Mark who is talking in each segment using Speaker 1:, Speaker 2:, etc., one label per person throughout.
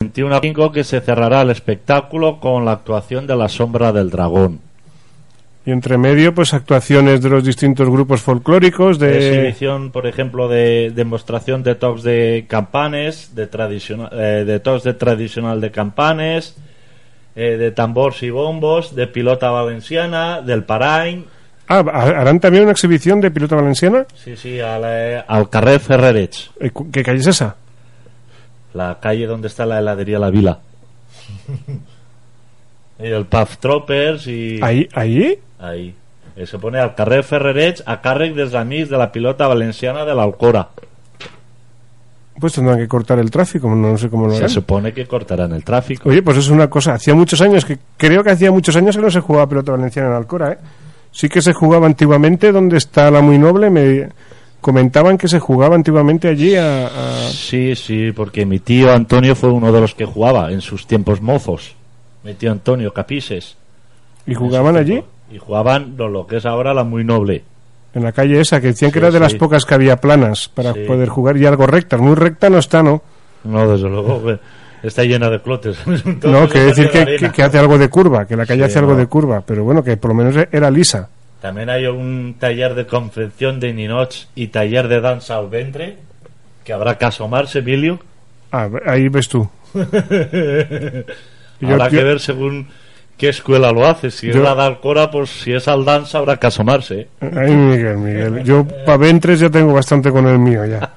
Speaker 1: 21 a 5 que se cerrará el espectáculo con la actuación de La Sombra del Dragón.
Speaker 2: Y entre medio, pues actuaciones de los distintos grupos folclóricos, de
Speaker 1: Exhibición, por ejemplo, de demostración de tops de campanes, de, tradiciona- eh, de tops de tradicional de campanes, eh, de tambores y bombos, de pilota valenciana, del parain.
Speaker 2: Ah, ha- harán también una exhibición de pilota valenciana.
Speaker 1: Sí, sí, al, eh, al carrer Ferrerets,
Speaker 2: Eh, cu- ¿Qué calle es esa?
Speaker 1: la calle donde está la heladería La Vila. y el Puff Troppers y...
Speaker 2: Ahí, ahí.
Speaker 1: Ahí. Eh, se pone al carrer Ferrerets, a càrrec dels amics de la pilota valenciana de l'Alcora.
Speaker 2: Pues tendrán que cortar el tráfico, no sé cómo lo
Speaker 1: Se
Speaker 2: harán.
Speaker 1: supone que cortarán el tráfico.
Speaker 2: Oye, pues es una cosa. Hacía muchos años que creo que hacía muchos años que no se jugaba pelota valenciana en Alcora, ¿eh? Sí que se jugaba antiguamente donde está la muy noble. Me comentaban que se jugaba antiguamente allí a, a-
Speaker 1: Sí, sí, porque mi tío Antonio fue uno de los que jugaba en sus tiempos mozos. Mi tío Antonio Capises.
Speaker 2: y jugaban allí
Speaker 1: Y jugaban no, lo que es ahora la muy noble.
Speaker 2: en la calle esa que decían que
Speaker 1: Sí,
Speaker 2: era de las
Speaker 1: sí.
Speaker 2: pocas que había planas para
Speaker 1: Sí.
Speaker 2: poder jugar y algo rectas. Muy recta no está, ¿no?
Speaker 1: No, desde luego, eh, está llena de clotes. Entonces,
Speaker 2: no, que
Speaker 1: está
Speaker 2: decir
Speaker 1: llena de
Speaker 2: que, que-
Speaker 1: arena.
Speaker 2: que hace algo de curva, que la calle
Speaker 1: Sí,
Speaker 2: hace algo
Speaker 1: no.
Speaker 2: de curva, pero bueno, que por lo menos era lisa.
Speaker 1: También hay un taller de confección de ninots y taller de danza al ventre, que habrá que asomarse, Emilio.
Speaker 2: Ah, ahí ves tú. Yo-
Speaker 1: habrá
Speaker 2: yo-
Speaker 1: que ver según qué escuela lo hace. Si
Speaker 2: Yo-
Speaker 1: es la de Alcora, pues si es al danza, habrá que asomarse. ¿eh?
Speaker 2: Ay, Miguel, Miguel. Yo para ventres ya tengo bastante con el mío ya.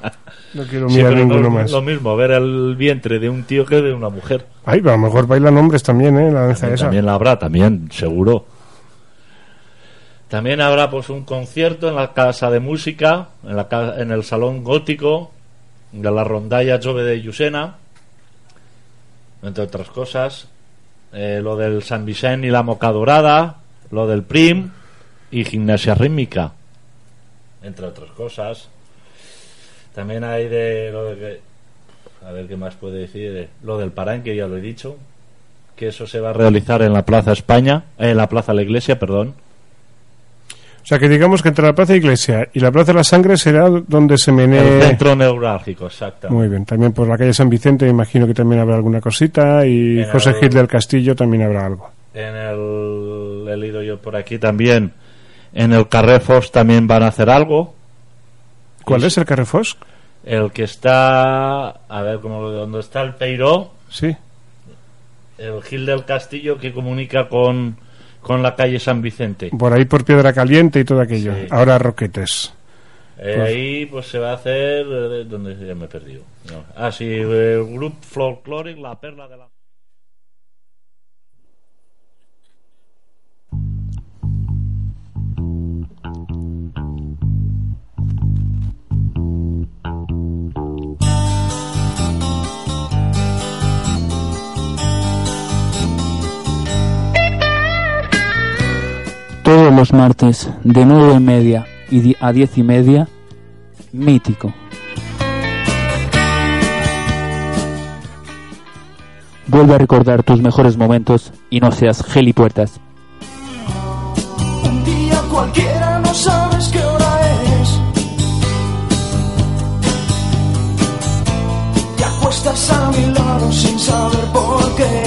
Speaker 2: No quiero
Speaker 1: Sí,
Speaker 2: mirar
Speaker 1: pero no
Speaker 2: ninguno
Speaker 1: es
Speaker 2: más.
Speaker 1: Lo mismo ver el vientre de un tío que de una mujer.
Speaker 2: Ay, a lo mejor bailan hombres también, ¿eh? La danza
Speaker 1: También,
Speaker 2: esa.
Speaker 1: también la habrá, también, seguro. También habrá pues un concierto en la casa de música, en, la ca- en el salón gótico de la rondalla Jove de Llusena, entre otras cosas. Eh, lo del San Vicente y la Moca Dorada, lo del PRIM y gimnasia rítmica, entre otras cosas. También hay de lo de que- a ver qué más puede decir, eh, lo del Parán que ya lo he dicho, que eso se va a realizar en la Plaza España, eh, en la Plaza La Iglesia, perdón.
Speaker 2: O sea, que digamos que entre la Plaza Iglesia y la Plaza de la Sangre será donde se
Speaker 1: El
Speaker 2: menee.
Speaker 1: centro neurálgico, exacto.
Speaker 2: Muy bien, también por la calle San Vicente me imagino que también habrá alguna cosita y
Speaker 1: En
Speaker 2: José
Speaker 1: el-
Speaker 2: Gil del Castillo también habrá algo.
Speaker 1: En el he leído yo por aquí también. En el Carrefour también van a hacer algo.
Speaker 2: ¿Cuál
Speaker 1: Sí.
Speaker 2: es el Carrefour?
Speaker 1: El que está, a ver, como donde está el Peiró,
Speaker 2: Sí.
Speaker 1: el Gil del Castillo que comunica con, con la calle San Vicente.
Speaker 2: Por ahí por Piedra Caliente y todo aquello.
Speaker 1: Sí.
Speaker 2: Ahora Roquetes.
Speaker 1: Eh, ahí pues se va a hacer eh, donde ya me he perdido. No. Ah, sí, el Group Folkloric La Perla de la
Speaker 3: Todos los martes, de 9 y media y di- a 10 y media, mítico. Vuelve a recordar tus mejores momentos y no seas gelipuertas.
Speaker 4: Un día cualquiera no sabes qué hora es. Te acuestas a mi lado sin saber por qué.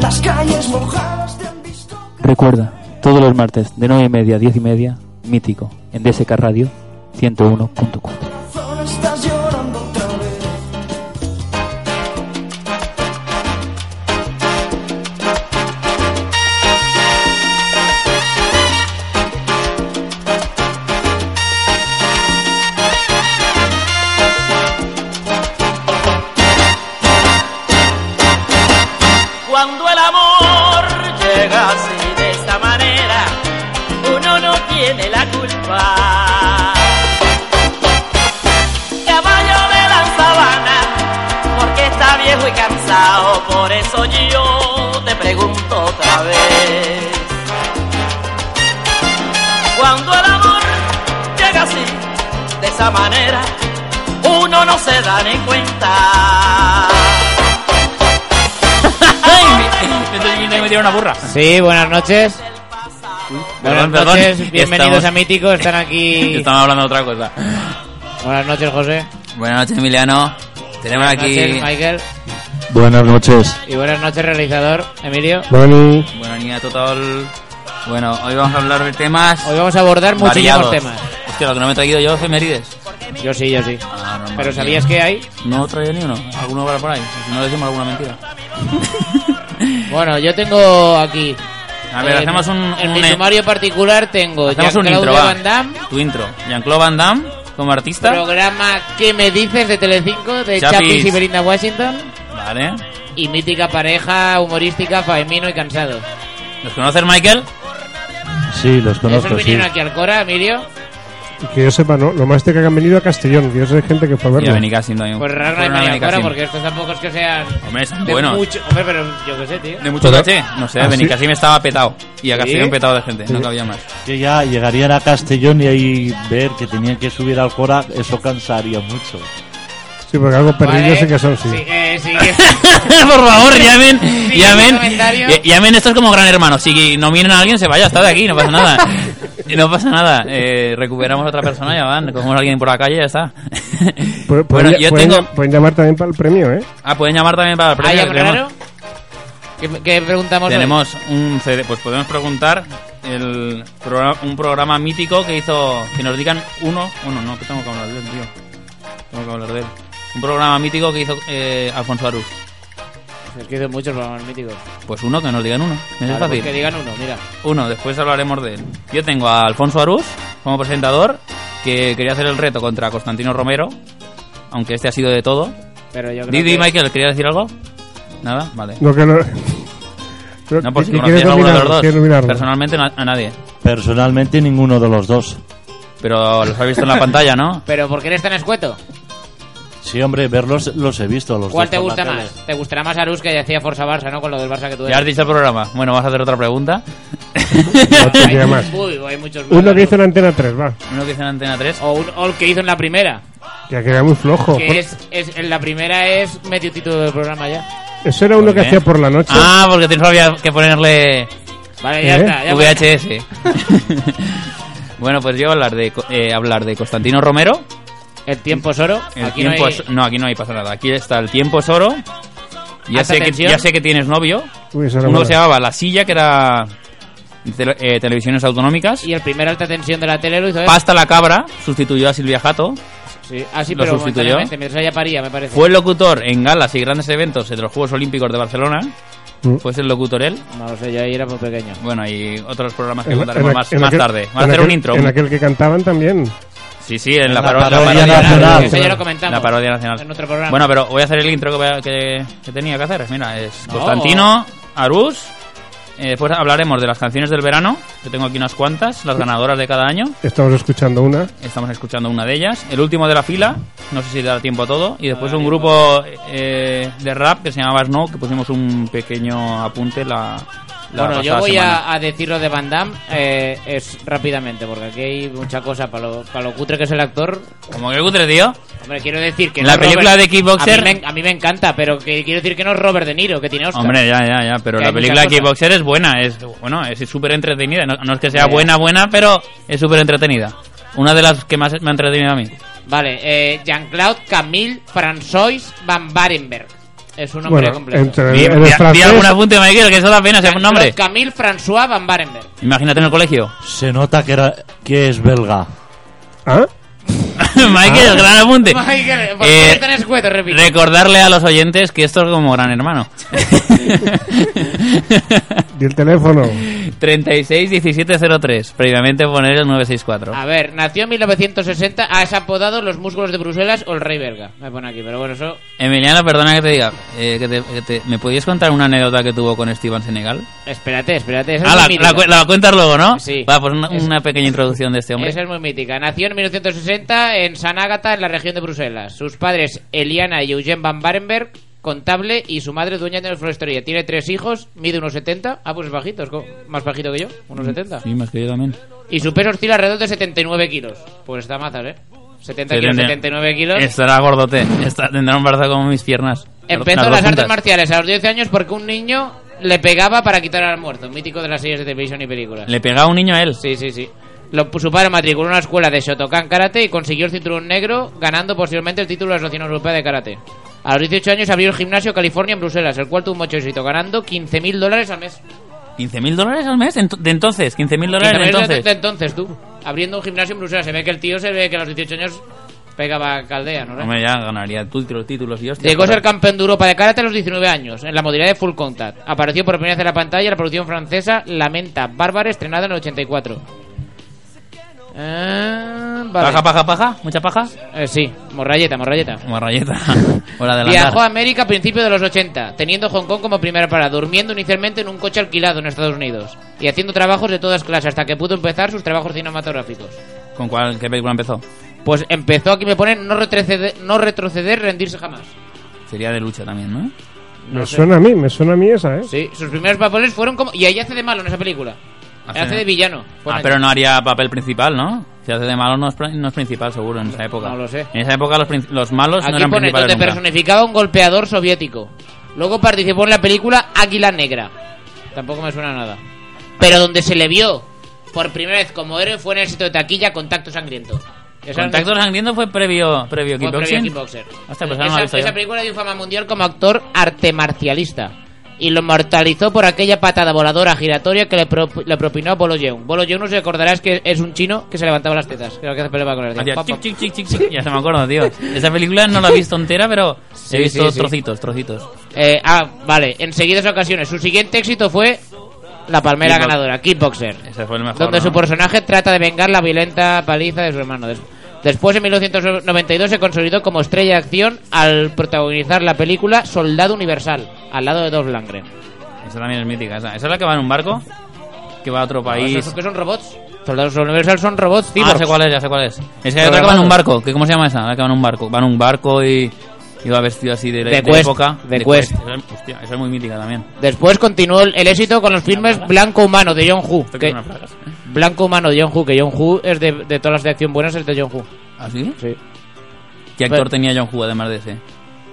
Speaker 4: Las calles mojadas te han visto.
Speaker 3: Recuerda, todos los martes, de 9 y media a 10 y media, mítico, en DSK Radio 101.4.
Speaker 4: Ahora estás llorando otra vez.
Speaker 5: Cuando el amor llega así de esta manera, uno no tiene la culpa. Caballo de la sabana, pasado, por eso yo te pregunto otra vez. Cuando el amor llega así, de esa manera, uno no se da ni cuenta.
Speaker 6: ¡Ay! Me, me, me, me dieron una burra.
Speaker 7: Sí, buenas noches. Buenas
Speaker 6: Perdón, perdón.
Speaker 7: noches, bienvenidos
Speaker 6: Estamos-
Speaker 7: a Mítico, están aquí.
Speaker 6: Estamos hablando de otra cosa.
Speaker 7: Buenas noches, José.
Speaker 6: Buenas noches, Emiliano. Tenemos
Speaker 7: Buenas noches,
Speaker 6: aquí.
Speaker 7: Michael.
Speaker 3: Buenas noches.
Speaker 7: Y buenas noches, realizador, Emilio.
Speaker 2: Dani,
Speaker 6: Bueno, niña total. Bueno, hoy vamos a hablar de temas.
Speaker 7: Hoy vamos a abordar muchísimos
Speaker 6: variados.
Speaker 7: temas.
Speaker 6: Hostia, lo que no me he traído yo, efemérides.
Speaker 7: Yo sí, yo sí.
Speaker 6: Ah, normal,
Speaker 7: Pero
Speaker 6: tío.
Speaker 7: ¿sabías que hay?
Speaker 6: No he traído ni uno. ¿Alguno va por ahí? Si no, decimos alguna mentira.
Speaker 7: Bueno, yo tengo aquí.
Speaker 6: A ver, hacemos un-
Speaker 7: En
Speaker 6: un- e-
Speaker 7: mi Eh, sumario particular tengo
Speaker 6: Hacemos un
Speaker 7: Jean-Claude
Speaker 6: intro, va.
Speaker 7: Van Damme,
Speaker 6: Tu intro. Jean-Claude Van Damme, como artista.
Speaker 7: programa ¿Qué me dices? de Telecinco, de
Speaker 6: Chapis.
Speaker 7: Chapis, y Belinda Washington,
Speaker 6: Vale.
Speaker 7: y mítica pareja humorística Faemino y Cansado.
Speaker 6: ¿Los conoces, Michael?
Speaker 3: Sí, los conozco,
Speaker 7: Esos
Speaker 3: sí.
Speaker 7: vinieron aquí al Cora, Emilio.
Speaker 2: que yo sepa, ¿no? lo más este que han venido a Castellón, que yo sé de gente que fue a
Speaker 6: Y a
Speaker 2: verlo.
Speaker 6: Benicassim también.
Speaker 7: Pues raro no
Speaker 6: Fueron a
Speaker 7: hay Cora,
Speaker 6: Benicassim.
Speaker 7: porque estos tampoco es que sean
Speaker 6: Hombre, es
Speaker 7: de
Speaker 6: bueno.
Speaker 7: mucho... Hombre, pero yo qué sé, tío.
Speaker 6: De mucho
Speaker 2: Pero-
Speaker 6: caché. No sé,
Speaker 2: Ah,
Speaker 6: Benicassim estaba petado. Y a
Speaker 7: ¿Sí?
Speaker 6: Castellón petado de gente. No cabía más.
Speaker 1: Que ya llegarían a Castellón y ahí ver que tenían que subir al Cora, eso cansaría mucho.
Speaker 2: Sí, porque algo perdido
Speaker 7: Vale. eh,
Speaker 2: sé que son, sí.
Speaker 7: Sigue, sigue.
Speaker 6: Por favor, llamen,
Speaker 7: Sí,
Speaker 6: llamen,
Speaker 7: comentario.
Speaker 6: eh, llamen, esto es como gran hermano. Si nominan a alguien, se vaya, está de aquí, no pasa nada. No pasa nada, eh, recuperamos a otra persona, ya van, cogemos a alguien por la calle, ya está.
Speaker 2: Pu-
Speaker 6: bueno,
Speaker 2: pueden,
Speaker 6: yo
Speaker 2: pueden
Speaker 6: tengo.
Speaker 2: llam- pueden llamar también para el premio, ¿eh?
Speaker 6: Ah, pueden llamar también para el premio.
Speaker 7: ¿Hay algo
Speaker 6: que tenemos-
Speaker 7: raro? ¿Qué, qué preguntamos hoy?
Speaker 6: Tenemos un CD, pues podemos preguntar el programa, un programa mítico que hizo que nos digan uno, uno no, que tengo que hablar de él, tío. Tengo que hablar de él. Un programa mítico que hizo eh, Alfonso Arús.
Speaker 7: Es que hizo muchos programas míticos.
Speaker 6: Pues uno, que nos digan uno. Es
Speaker 7: Claro,
Speaker 6: fácil.
Speaker 7: pues Que digan uno, mira.
Speaker 6: Uno, después hablaremos de él. Yo tengo a Alfonso Arús como presentador, que quería hacer el reto contra Constantino Romero, aunque este ha sido de todo.
Speaker 7: Pero yo creo
Speaker 6: Didi
Speaker 7: que-
Speaker 6: Michael, ¿quería decir algo? Nada, vale.
Speaker 2: No, que lo- Pero
Speaker 6: No, por
Speaker 2: que-
Speaker 6: si
Speaker 2: que
Speaker 6: conocías a alguno de
Speaker 2: nominarlo,
Speaker 6: los
Speaker 2: quiere
Speaker 6: dos.
Speaker 2: nominarlo.
Speaker 6: Personalmente na- a nadie.
Speaker 1: Personalmente ninguno de los dos.
Speaker 6: Pero los has visto en la pantalla, ¿no?
Speaker 7: Pero ¿por qué eres tan escueto?
Speaker 6: Pues
Speaker 1: Sí, hombre, verlos los he visto. a Los
Speaker 7: ¿Cuál
Speaker 1: dos
Speaker 7: te
Speaker 1: por la
Speaker 7: gusta
Speaker 1: tele.
Speaker 7: más? ¿Te gustará más Arús que decía Forza Barça, no? Con lo del Barça que tú
Speaker 6: Ya has
Speaker 7: eres.
Speaker 6: dicho el programa. Bueno, vas a hacer otra pregunta.
Speaker 2: No tendría más.
Speaker 7: Uy, hay muchos más.
Speaker 2: Uno que hizo en Antena 3, va.
Speaker 6: Uno que hizo en Antena 3.
Speaker 7: O, un- o el que hizo en la primera.
Speaker 2: Que era muy flojo.
Speaker 7: Que
Speaker 2: Por-
Speaker 7: es, es, en la primera es medio título del programa ya.
Speaker 2: Eso era uno
Speaker 6: Muy
Speaker 2: que
Speaker 6: bien.
Speaker 2: hacía por la noche.
Speaker 6: Ah, porque tienes todavía que ponerle
Speaker 7: Vale, ya
Speaker 2: ¿Eh?
Speaker 7: está. Ah, Ya
Speaker 6: E. VHS. bueno, pues yo hablar de, co- eh, hablar de Constantino Romero.
Speaker 7: El tiempo es oro.
Speaker 6: El
Speaker 7: Aquí
Speaker 6: tiempo
Speaker 7: no hay-
Speaker 6: es- no, aquí no hay pasa nada. Aquí está el tiempo es oro. Ya
Speaker 7: Alta
Speaker 6: sé, que,
Speaker 7: tensión.
Speaker 6: ya sé que tienes novio.
Speaker 2: Uy, eso era
Speaker 6: Uno
Speaker 2: bueno.
Speaker 6: se llamaba La Silla, que era tele- eh, televisiones autonómicas.
Speaker 7: Y el primer alta tensión de la tele lo hizo él.
Speaker 6: Pasta la Cabra sustituyó a Silvia Jato.
Speaker 7: Sí, ah, sí,
Speaker 6: Lo
Speaker 7: pero
Speaker 6: sustituyó.
Speaker 7: momentáneamente, mientras ella paría, me parece.
Speaker 6: Fue locutor en galas y grandes eventos de los Juegos Olímpicos de Barcelona.
Speaker 2: Mm.
Speaker 6: Fue el locutor él.
Speaker 7: No lo sé, yo ahí era muy pequeño.
Speaker 6: Bueno, y otros programas que
Speaker 2: En-
Speaker 6: contaremos
Speaker 2: en-
Speaker 6: más,
Speaker 2: en
Speaker 6: más
Speaker 2: aquel-
Speaker 6: tarde. Vamos
Speaker 2: en
Speaker 6: a hacer un
Speaker 2: aquel-
Speaker 6: intro.
Speaker 2: En aquel que cantaban también.
Speaker 6: Sí, sí, en la,
Speaker 1: la
Speaker 6: paro- la
Speaker 1: parodia
Speaker 6: parodia
Speaker 1: nacional.
Speaker 7: Eso ya lo comentamos.
Speaker 6: La parodia nacional.
Speaker 7: En otro programa.
Speaker 6: Bueno, pero voy a hacer el intro que, voy a- que- que tenía que hacer. Mira, es
Speaker 7: No.
Speaker 6: Constantino, Arús. eh, después hablaremos de las canciones del verano. Yo tengo aquí unas cuantas, las ganadoras de cada año.
Speaker 2: Estamos escuchando una.
Speaker 6: Estamos escuchando una de ellas. El último de la fila, no sé si da tiempo a todo. Y después un grupo eh, de rap que se llamaba Snow, que pusimos un pequeño apunte la. la
Speaker 7: bueno, yo
Speaker 6: pasada
Speaker 7: voy
Speaker 6: semana.
Speaker 7: a, a decir lo de Van Damme eh, es rápidamente, porque aquí hay mucha cosa para lo, para lo cutre que es el actor.
Speaker 6: Como que cutre, tío.
Speaker 7: Hombre, quiero decir que
Speaker 6: En la
Speaker 7: no es
Speaker 6: película
Speaker 7: Robert-
Speaker 6: de Kickboxer-
Speaker 7: A mí, me, a mí me encanta, pero que quiero decir que no es Robert De Niro, que tiene Oscar.
Speaker 6: Hombre, ya, ya, ya, pero
Speaker 7: Que
Speaker 6: la
Speaker 7: hay muchas
Speaker 6: película
Speaker 7: cosas.
Speaker 6: Kickboxer es buena, es bueno, es súper entretenida, no, no es que sea
Speaker 7: Ya.
Speaker 6: buena, buena, pero es súper entretenida. Una de las que más me ha entretenido a mí.
Speaker 7: Vale, eh, Jean-Claude Camille François Van Barenberg. Es un nombre
Speaker 2: Bueno,
Speaker 7: completo.
Speaker 2: entre el,
Speaker 6: Di,
Speaker 2: el
Speaker 6: di- di
Speaker 2: francés.
Speaker 6: algún apunte, Michael, que eso da pena ese
Speaker 7: Jean-Claude
Speaker 6: nombre.
Speaker 7: Camille François Van Barenberg.
Speaker 6: Imagínate en el colegio.
Speaker 1: Se nota que, era- que es belga.
Speaker 2: ¿Ah?
Speaker 6: Michael, gran apunte.
Speaker 7: Michael, ¿por
Speaker 6: Eh,
Speaker 7: qué tan escueto? Repito.
Speaker 6: Recordarle a los oyentes que esto es como gran hermano.
Speaker 2: Y el teléfono.
Speaker 6: 361703, previamente poner el 964.
Speaker 7: A ver, nació en 1960, ah, es apodado Los Músculos de Bruselas o El Rey Verga. Me pone aquí, pero bueno, eso...
Speaker 6: Emiliano, perdona que te diga, eh, que te- que te- ¿me podías contar una anécdota que tuvo con Steven Senegal?
Speaker 7: Espérate, espérate. Esa
Speaker 6: Ah,
Speaker 7: es
Speaker 6: la,
Speaker 7: muy
Speaker 6: la
Speaker 7: mítica.
Speaker 6: cu- la cuentas luego, ¿no?
Speaker 7: Sí.
Speaker 6: Va, pues una,
Speaker 7: Es-
Speaker 6: una pequeña introducción de este hombre.
Speaker 7: Esa es muy mítica. Nació en 1960 en San Ágata, en la región de Bruselas. Sus padres, Eliana y Eugen van Barenberg, contable y su madre dueña de una florestería. Tiene tres hijos, mide unos 70. Ah, pues es bajito, es co- más bajito que yo, unos 70.
Speaker 6: Mm, Sí, más que yo también.
Speaker 7: Y su peso oscila alrededor de 79 kilos. Pues está mazas, ¿eh? 70 kilos, 79 kilos.
Speaker 6: Estará gordote. Está- tendrá un brazo como mis piernas.
Speaker 7: Empezó
Speaker 6: dos
Speaker 7: las artes
Speaker 6: juntas.
Speaker 7: marciales a los 10 años porque un niño le pegaba para quitar al muerto. Mítico de las series de televisión y películas.
Speaker 6: Le pegaba un niño a él.
Speaker 7: Sí, sí, sí. Lo, su padre matriculó en una escuela de Shotokan Karate y consiguió el cinturón negro, ganando posteriormente el título de la Asociación Europea de Karate. A los 18 años abrió el gimnasio California en Bruselas, el cual tuvo mucho éxito, ganando 15.000 dólares al mes.
Speaker 6: ¿15.000 dólares al mes? Ento- De entonces, 15.000 dólares
Speaker 7: 15.000
Speaker 6: de
Speaker 7: dólares de
Speaker 6: entonces.
Speaker 7: entonces, tú. Abriendo un gimnasio en Bruselas. Se ve que el tío se ve que a los 18 años pegaba caldea, ¿no?
Speaker 6: Hombre, ya ganaría tú los títulos y hostias.
Speaker 7: Llegó a ser campeón de Europa de karate a los 19 años, en la modalidad de full contact. Apareció por primera vez en la pantalla la producción francesa Lamenta Bárbara, estrenada en el 84. Eh, vale.
Speaker 6: Paja, paja, paja. Mucha paja.
Speaker 7: Eh, sí, morrayeta, morrayeta.
Speaker 6: Como rayeta. Hora de
Speaker 7: Viajó a
Speaker 6: la
Speaker 7: América a principios de los 80, teniendo Hong Kong como primera parada, durmiendo inicialmente en un coche alquilado en Estados Unidos y haciendo trabajos de todas clases hasta que pudo empezar sus trabajos cinematográficos.
Speaker 6: ¿Con cuál, qué película empezó?
Speaker 7: Pues empezó, aquí me ponen, no retroceder, no retroceder rendirse jamás.
Speaker 6: Sería de lucha también, ¿no?
Speaker 2: Me suena a mí, me suena a mí esa, ¿eh?
Speaker 7: Sí, sus primeros papeles fueron como... Y ahí hace de malo en esa película.
Speaker 6: Hace
Speaker 7: Hace,
Speaker 6: de-
Speaker 7: de villano. Pone
Speaker 6: Ah,
Speaker 7: aquí.
Speaker 6: pero no haría papel principal, ¿no? Si hace de malo no es, pr- no es principal, seguro, en esa época.
Speaker 7: No lo sé.
Speaker 6: En esa época los, prin- los malos no
Speaker 7: Aquí
Speaker 6: eran
Speaker 7: pone,
Speaker 6: principales
Speaker 7: donde
Speaker 6: nunca.
Speaker 7: personificaba un golpeador soviético. Luego participó en la película Águila Negra. Tampoco me suena a nada. Pero donde se le vio por primera vez como héroe fue en el éxito de taquilla Contacto Sangriento. Esa-
Speaker 6: Contacto sangriento fue previo, previo
Speaker 7: fue previo a
Speaker 6: kickboxing.
Speaker 7: Kickboxer.
Speaker 6: Hostia, pues ahora no la he visto
Speaker 7: esa,
Speaker 6: yo.
Speaker 7: esa película dio fama mundial como actor arte marcialista. Y lo mortalizó por aquella patada voladora giratoria que le, prop- le propinó a Bolo Yeung. Bolo Yeung, no se acordarás que es un chino que se levantaba las tetas. Creo que hace pelea con el
Speaker 6: Hacía chic, chic, chic, chic, chic. Ya se me acuerdo, tío. Esa película no la he visto entera, pero
Speaker 7: Sí,
Speaker 6: he visto
Speaker 7: sí, sí.
Speaker 6: trocitos, trocitos.
Speaker 7: Eh, ah, vale, en seguidas ocasiones. Su siguiente éxito fue La Palmera
Speaker 6: Kickbox-
Speaker 7: ganadora, Kickboxer.
Speaker 6: Ese fue el mejor,
Speaker 7: Donde
Speaker 6: ¿no?
Speaker 7: su personaje trata de vengar la violenta paliza de su hermano. Des- Después, en 1992, se consolidó como estrella de acción al protagonizar la película Soldado Universal, al lado de Dolph Lundgren.
Speaker 6: Esa también es mítica. Esa, Esa es la que va en un barco, que va a otro
Speaker 7: ¿Eso
Speaker 6: país.
Speaker 7: es que son robots? Soldados Universal son robots,
Speaker 6: Ah,
Speaker 7: cyborgs.
Speaker 6: sé cuál es, ya sé cuál es. Es que hay otra que va en un
Speaker 7: Programados.
Speaker 6: barco. ¿Qué, ¿Cómo se llama esa? La que va en un barco. Va en un barco y, y va vestido así de,
Speaker 7: The
Speaker 6: de
Speaker 7: Quest,
Speaker 6: época.
Speaker 7: The
Speaker 6: The
Speaker 7: Quest.
Speaker 6: Esa es- hostia, esa es muy mítica también.
Speaker 7: Después continuó el, el éxito con los filmes Blanco Humano de John Hu.
Speaker 6: Esto que
Speaker 7: Que,
Speaker 6: es una plaga.
Speaker 7: Blanco Humano de John Hu, que John Hu es de, de todas las de acción buenas, es de John Hu.
Speaker 6: ¿Ah, sí?
Speaker 7: Sí.
Speaker 6: ¿Qué actor
Speaker 7: Pero-
Speaker 6: tenía John Hook además de ese?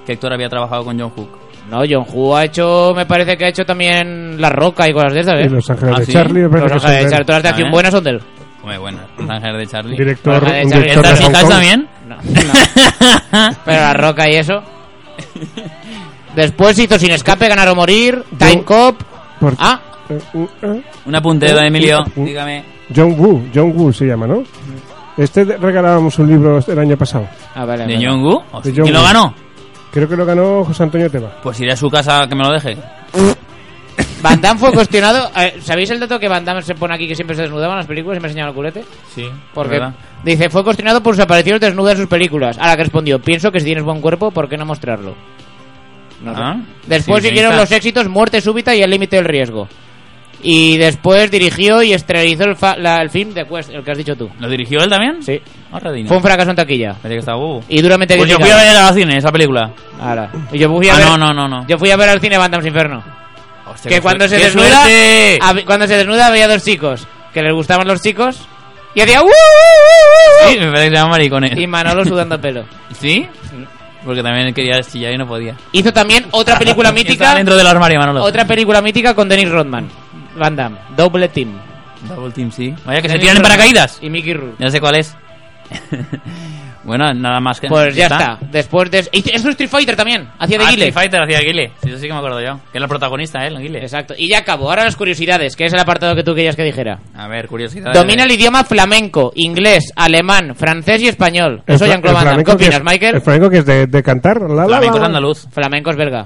Speaker 6: ¿Qué actor había trabajado con John Hook?
Speaker 7: No, John Hu ha hecho, me parece que ha hecho también La Roca y cosas de esas, ¿eh?
Speaker 2: Y Los Ángeles
Speaker 6: Ah,
Speaker 2: de
Speaker 6: sí.
Speaker 2: Charlie, me
Speaker 7: Los
Speaker 2: parece que
Speaker 7: Ángeles de
Speaker 2: son de
Speaker 7: Charlie, todas las de acción
Speaker 6: Ah, ¿eh?
Speaker 7: buenas son de él.
Speaker 6: Muy buena. Los Ángeles de
Speaker 2: él.
Speaker 6: Charlie.
Speaker 2: director,
Speaker 7: Los Ángeles de
Speaker 2: un
Speaker 7: Charlie.
Speaker 2: director
Speaker 6: ¿Está
Speaker 2: de Hong
Speaker 6: fijas
Speaker 2: Kong.
Speaker 6: también?
Speaker 7: No, no. Pero La Roca y eso. Después hizo Sin Escape, Ganar o Morir, Time
Speaker 2: Yo-
Speaker 7: Cop.
Speaker 2: Por-
Speaker 7: Ah,
Speaker 2: eh, uh, eh.
Speaker 6: Un apunteo, Emilio.
Speaker 2: Uh, uh.
Speaker 6: Dígame.
Speaker 2: John Woo, John Woo se llama, ¿no? Este de- regalábamos un libro el año pasado.
Speaker 7: ah vale,
Speaker 6: ¿De
Speaker 7: vale.
Speaker 6: John Woo?
Speaker 2: De John
Speaker 6: ¿Quién lo
Speaker 2: Woo.
Speaker 6: ganó?
Speaker 2: Creo que lo ganó José Antonio Teba.
Speaker 6: Pues iré a su casa que me lo deje.
Speaker 7: Van Damme fue cuestionado. eh, ¿Sabéis el dato que Van Damme se pone aquí que siempre se desnudaba en las películas y me enseñaba el culete?
Speaker 6: Sí.
Speaker 7: Porque dice, fue cuestionado por sus apariciones desnudas en sus películas. A la que respondió, pienso que si tienes buen cuerpo, ¿por qué no mostrarlo? No sé.
Speaker 6: ¿Ah?
Speaker 7: Después siguieron los éxitos Muerte Súbita y El Límite del Riesgo. Y después dirigió y estrenizó el, fa- la- el film de Quest, el que has dicho tú.
Speaker 6: ¿Lo dirigió él también?
Speaker 7: Sí.
Speaker 6: Ahora dime.
Speaker 7: Fue un fracaso en taquilla.
Speaker 6: Parece que está bobo.
Speaker 7: Y duramente
Speaker 6: Pues yo fui a
Speaker 7: criticado.
Speaker 6: ver al cine esa película.
Speaker 7: Ahora. Y yo fui a
Speaker 6: Ah,
Speaker 7: ver,
Speaker 6: no, no, no, no.
Speaker 7: Yo fui a ver al cine Van Damme's Inferno.
Speaker 6: Hostia,
Speaker 7: Que
Speaker 6: qué
Speaker 7: cuando
Speaker 6: suer-
Speaker 7: se
Speaker 6: ¡Qué
Speaker 7: desnuda,
Speaker 6: suerte!
Speaker 7: hab- cuando se desnuda había dos chicos que les gustaban los chicos y hacía ¡Uh!
Speaker 6: Sí, me parece que se llama maricones.
Speaker 7: y Mm. Manolo sudando pelo.
Speaker 6: ¿Sí? Porque también quería chillar y no podía.
Speaker 7: Hizo también otra película
Speaker 6: Está
Speaker 7: mítica,
Speaker 6: dentro del armario, Manolo.
Speaker 7: otra película mítica con Dennis Rodman, Van Damme, Double Team.
Speaker 6: Double Team, sí. Vaya que se
Speaker 7: Dennis
Speaker 6: tiran en
Speaker 7: Rodman
Speaker 6: paracaídas.
Speaker 7: y Mickey Rourke.
Speaker 6: Ya sé cuál es. bueno, nada más que.
Speaker 7: Pues ya está. Después de y hizo Street Fighter también, hacía de
Speaker 6: Ah,
Speaker 7: Guile.
Speaker 6: Street Fighter hacía Guile. Sí, eso sí que me acuerdo yo. Que era el protagonista, ¿eh? El Guile.
Speaker 7: Exacto. Y ya acabo. Ahora las curiosidades, que es el apartado que tú querías que dijera.
Speaker 6: A ver, curiosidad.
Speaker 7: Domina el idioma flamenco, inglés, alemán, francés y español. Eso
Speaker 2: El
Speaker 7: ya
Speaker 2: fla- el
Speaker 7: Van Damme. ¿Qué
Speaker 2: flamenco que
Speaker 7: opinas,
Speaker 2: es- El
Speaker 7: Michael?
Speaker 2: flamenco que es de, de cantar. La, la,
Speaker 6: Flamenco es
Speaker 2: la.
Speaker 6: andaluz.
Speaker 7: Flamenco es belga.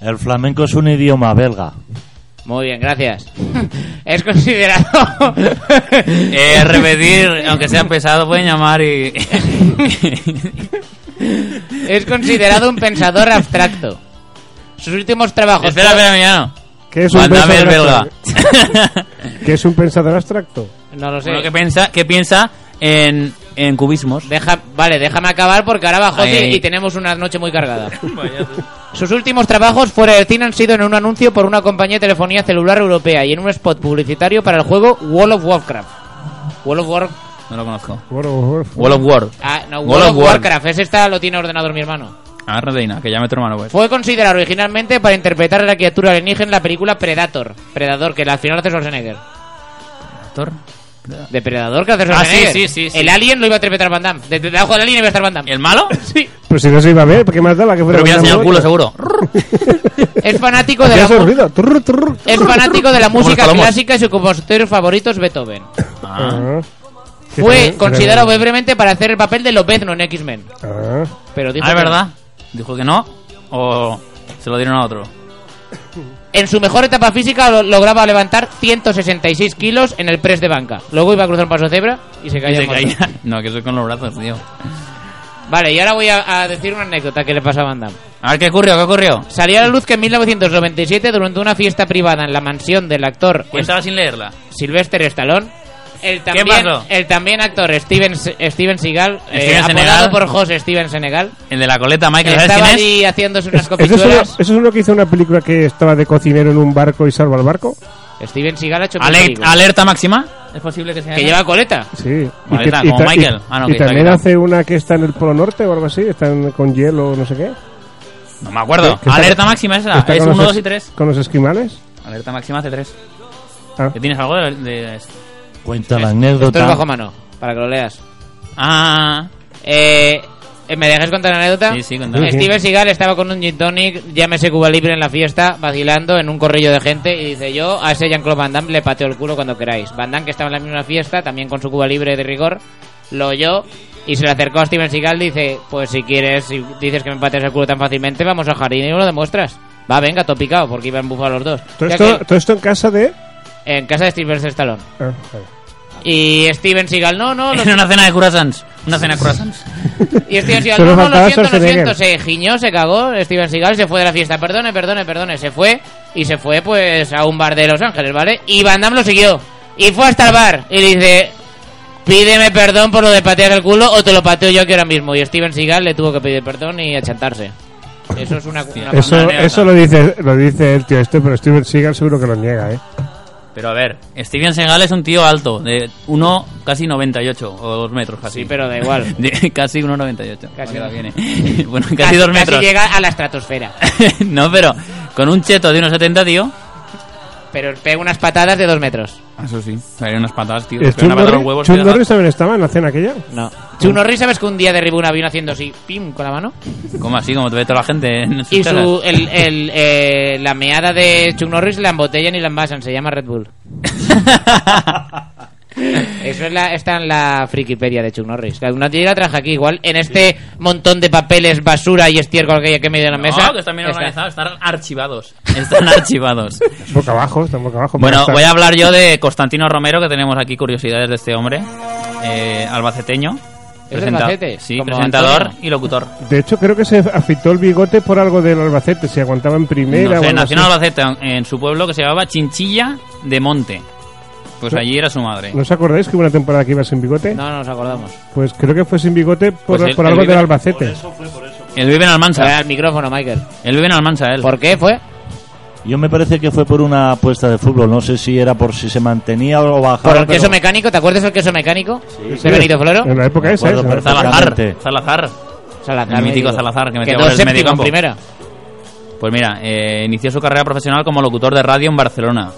Speaker 1: El flamenco es un idioma belga.
Speaker 7: Muy bien, gracias. es considerado.
Speaker 6: Eh, repetir, aunque sea pesado, pueden llamar y.
Speaker 7: es considerado un pensador abstracto. Sus últimos trabajos.
Speaker 6: espera, espera, Emiliano.
Speaker 2: Que es un
Speaker 6: Mándame el
Speaker 2: pensador
Speaker 6: belga.
Speaker 2: abstracto. Que es un pensador abstracto.
Speaker 7: No lo sé.
Speaker 6: Uno que piensa, que piensa en
Speaker 3: en cubismos.
Speaker 7: Deja, vale, déjame acabar porque ahora va José
Speaker 6: Ahí.
Speaker 7: y tenemos una noche muy cargada.
Speaker 6: Vaya tú.
Speaker 7: Sus últimos trabajos fuera del cine han sido en un anuncio por una compañía de telefonía celular europea y en un spot publicitario para el juego World of Warcraft. World of War...
Speaker 6: No lo conozco.
Speaker 2: Bueno,
Speaker 6: Wall of War.
Speaker 7: ah, no,
Speaker 6: World
Speaker 7: World
Speaker 6: of
Speaker 7: of
Speaker 6: War.
Speaker 7: Warcraft. Ese está, lo tiene ordenador mi hermano.
Speaker 6: Ah, Redeina, que llame tu hermano, pues.
Speaker 7: Fue considerado originalmente para interpretar a la criatura alienígena en la película Predator. Predador, que al final hace Schwarzenegger.
Speaker 6: Actor.
Speaker 7: Depredador que hace
Speaker 6: Ah, sí,
Speaker 7: Schwarzenegger.
Speaker 6: sí, sí, sí.
Speaker 7: El alien lo iba a interpretar Van Damme. De- de- Debajo del alien iba a estar Van Damme.
Speaker 6: ¿El malo?
Speaker 2: Pero
Speaker 7: Sí.
Speaker 2: pues si no se iba a ver, ¿por qué más da la que fuera?
Speaker 6: Pero mira,
Speaker 2: Van Damme
Speaker 6: señor
Speaker 2: hoy?
Speaker 6: culo, seguro.
Speaker 7: Es fanático de
Speaker 2: Hacía
Speaker 7: la
Speaker 2: esos
Speaker 7: mu-
Speaker 2: ruidos. Turr, turr,
Speaker 7: es
Speaker 2: turr.
Speaker 7: fanático de la
Speaker 6: Como los
Speaker 7: música
Speaker 6: palomos.
Speaker 7: clásica y su compositor favorito es Beethoven.
Speaker 2: Ah.
Speaker 6: Ah,
Speaker 7: Fue considerado brevemente para hacer el papel de Lobezno en X-Men.
Speaker 2: Ah.
Speaker 7: Pero dijo
Speaker 6: Ah, es
Speaker 7: que no.
Speaker 6: verdad. Dijo que no. O se lo dieron a otro.
Speaker 7: En su mejor etapa física lo- lograba levantar 166 kilos en el press de banca. Luego iba a cruzar un paso de cebra y se
Speaker 6: Y
Speaker 7: caía.
Speaker 6: se
Speaker 7: muerto.
Speaker 6: caía. No, que soy con los brazos, tío.
Speaker 7: Vale, y ahora voy a, a decir una anécdota que le pasa a Van Damme.
Speaker 6: A ver, ¿qué ocurrió? ¿Qué ocurrió?
Speaker 7: Salió a la luz que en 1997, durante una fiesta privada en la mansión del actor
Speaker 6: Cuéntala sin leerla.
Speaker 7: Sylvester Stallone, el también,
Speaker 6: pasó?
Speaker 7: el también actor Steven, Se- Steven Seagal, eh,
Speaker 6: Steven
Speaker 7: apodado
Speaker 6: Senegal.
Speaker 7: por José Steven Senegal,
Speaker 6: El de la coleta, Michael, ¿sabes
Speaker 7: estaba
Speaker 6: quién es?
Speaker 7: allí haciéndose unas
Speaker 2: ¿Eso es, uno,
Speaker 7: copichuelas.
Speaker 2: eso es uno que hizo una película que estaba de cocinero en un barco y salva al barco?
Speaker 7: Steven Seagal ha hecho
Speaker 6: Ale-
Speaker 7: películas.
Speaker 6: ¿Alerta máxima? ¿Es posible sea
Speaker 7: que lleva coleta.
Speaker 2: Sí.
Speaker 6: Vale,
Speaker 2: y
Speaker 6: está, como Michael. Ah, no,
Speaker 2: y
Speaker 6: que está
Speaker 2: también
Speaker 6: aquí, no.
Speaker 2: hace una que está en el Polo Norte o algo así, están con hielo o no sé qué.
Speaker 6: No me acuerdo.
Speaker 2: Que está-
Speaker 6: ¿Alerta máxima es esa?
Speaker 2: Está
Speaker 6: Es
Speaker 2: con
Speaker 6: 1,
Speaker 2: los
Speaker 6: 2
Speaker 2: es-
Speaker 6: y 3.
Speaker 2: Con los esquimales.
Speaker 6: Alerta máxima hace 3.
Speaker 2: Ah.
Speaker 6: ¿Que tienes algo de, de-
Speaker 3: Cuenta
Speaker 6: la
Speaker 7: Esto es
Speaker 3: anécdota.
Speaker 7: bajo mano, para que lo leas.
Speaker 6: Ah,
Speaker 7: Eh, eh, ¿Me dejas contar una anécdota?
Speaker 6: Sí, sí, contala.
Speaker 7: Steven Seagal estaba con un gin tonic, llámese Cuba Libre en la fiesta, vacilando en un corrillo de gente y dice yo a ese Jean-Claude Van Damme le pateo el culo cuando queráis. Van Damme, que estaba en la misma fiesta, también con su Cuba Libre de rigor, lo oyó y se le acercó a Steven Seagal y dice pues si quieres, si dices que me pateas el culo tan fácilmente, vamos a jardín y me lo demuestras. Va, venga, topicado, porque iban bufados los dos.
Speaker 2: Todo
Speaker 7: Ya
Speaker 2: esto,
Speaker 7: que-
Speaker 2: todo esto en casa de.
Speaker 7: en casa de Steven Stallone.
Speaker 2: Ah, vale.
Speaker 7: Y Steven Seagal, no, no, lo
Speaker 6: en una cena de croissants. Una cena de croissants.
Speaker 7: Y Steven Seagal,
Speaker 2: Solo
Speaker 7: no, no, lo
Speaker 2: faltaba
Speaker 7: siento, lo
Speaker 2: Schwarzenegger.
Speaker 7: siento, se giñó, se cagó, Steven Seagal se fue de la fiesta, perdone, perdone, perdone, se fue y se fue pues a un bar de Los Ángeles, ¿vale? Y Van Damme lo siguió y fue hasta el bar y le dice, pídeme perdón por lo de patear el culo o te lo pateo yo aquí ahora mismo. Y Steven Seagal le tuvo que pedir perdón y achantarse. Eso es una... una-
Speaker 6: Es-
Speaker 2: Eso,
Speaker 6: anécdota.
Speaker 2: eso lo dice lo dice el tío este, pero Steven Seagal seguro que lo niega, ¿eh?
Speaker 6: Pero a ver, Steven Seagal es un tío alto, de 1, casi 98, o 2 metros casi.
Speaker 7: Sí, pero da igual.
Speaker 6: De- casi 1,98.
Speaker 7: Casi
Speaker 6: Vale, va
Speaker 7: no.
Speaker 6: bien. ¿eh? bueno, casi 2 metros.
Speaker 7: llega a la estratosfera,
Speaker 6: no, pero con un cheto de 1,70, tío.
Speaker 7: pero pega unas patadas de dos metros.
Speaker 6: Ah, Eso sí. Sería unas patadas, tío.
Speaker 2: El
Speaker 6: Pero
Speaker 2: Chun
Speaker 6: una patada en los
Speaker 2: Norris-
Speaker 6: huevos,
Speaker 2: Chun
Speaker 6: tío,
Speaker 2: Norris también estaba en la cena aquella.
Speaker 7: No. Chuck Norris, ¿sabes que un día derribó un avión haciendo así, pim, con la mano?
Speaker 6: Como así, como te ve toda la gente en sus
Speaker 7: Y
Speaker 6: casas.
Speaker 7: su, el, el, eh, la meada de Chuck Norris la embotellan y la envasan, se llama Red Bull. Eso es la, está en la frikipedia de Chuck Norris. La, una tía la traje aquí, igual, en este montón de papeles, basura y estiércol que hay aquí en medio de la mesa.
Speaker 6: No, que están bien
Speaker 7: está.
Speaker 6: organizados, están archivados. Están archivados.
Speaker 2: Boca abajo, está boca abajo.
Speaker 6: bueno,
Speaker 2: pero
Speaker 6: voy a
Speaker 2: está-
Speaker 6: hablar yo de Constantino Romero, que tenemos aquí curiosidades de este hombre. Eh, albaceteño.
Speaker 7: ¿Es de Albacete?
Speaker 6: Sí,
Speaker 7: Como
Speaker 6: presentador
Speaker 7: Antonio.
Speaker 6: y locutor.
Speaker 2: De hecho, creo que se afeitó el bigote por algo del Albacete, si aguantaba en primera.
Speaker 6: no
Speaker 2: o
Speaker 6: sé,
Speaker 2: algo
Speaker 6: nació en
Speaker 2: así.
Speaker 6: Albacete, en su pueblo que se llamaba Chinchilla de Monte. Pues allí era su madre.
Speaker 2: ¿No os acordáis que hubo una temporada que iba sin bigote?
Speaker 7: No, no nos acordamos.
Speaker 2: Pues creo que fue sin bigote por,
Speaker 6: Pues él-
Speaker 2: por
Speaker 6: él
Speaker 2: algo
Speaker 6: vive-
Speaker 2: del
Speaker 1: Por
Speaker 2: Albacete.
Speaker 1: eso fue, por eso.
Speaker 6: Él vive en
Speaker 7: Era
Speaker 6: Almansa.
Speaker 7: el micrófono, Michael.
Speaker 6: Él vive en Almansa, él.
Speaker 7: Eh. ¿Por qué fue?
Speaker 1: Yo me parece que fue por una apuesta de fútbol. No sé si era por si se mantenía o bajaba.
Speaker 7: Por el
Speaker 1: pero-
Speaker 7: queso mecánico, ¿te acuerdas del queso mecánico?
Speaker 1: Sí.
Speaker 7: De Benito Floro.
Speaker 2: En la época
Speaker 1: Me
Speaker 2: esa,
Speaker 1: acuerdo
Speaker 2: esa, ¿no?
Speaker 6: Salazar.
Speaker 1: perfectamente.
Speaker 6: Salazar.
Speaker 7: Salazar.
Speaker 6: El
Speaker 7: me
Speaker 6: mítico
Speaker 7: digo.
Speaker 6: Salazar, que metía
Speaker 7: quedó
Speaker 6: goles de
Speaker 7: séptimo
Speaker 6: medio
Speaker 7: en
Speaker 6: campo.
Speaker 7: primera.
Speaker 6: Pues mira, eh, inició su carrera profesional como locutor de radio en Barcelona.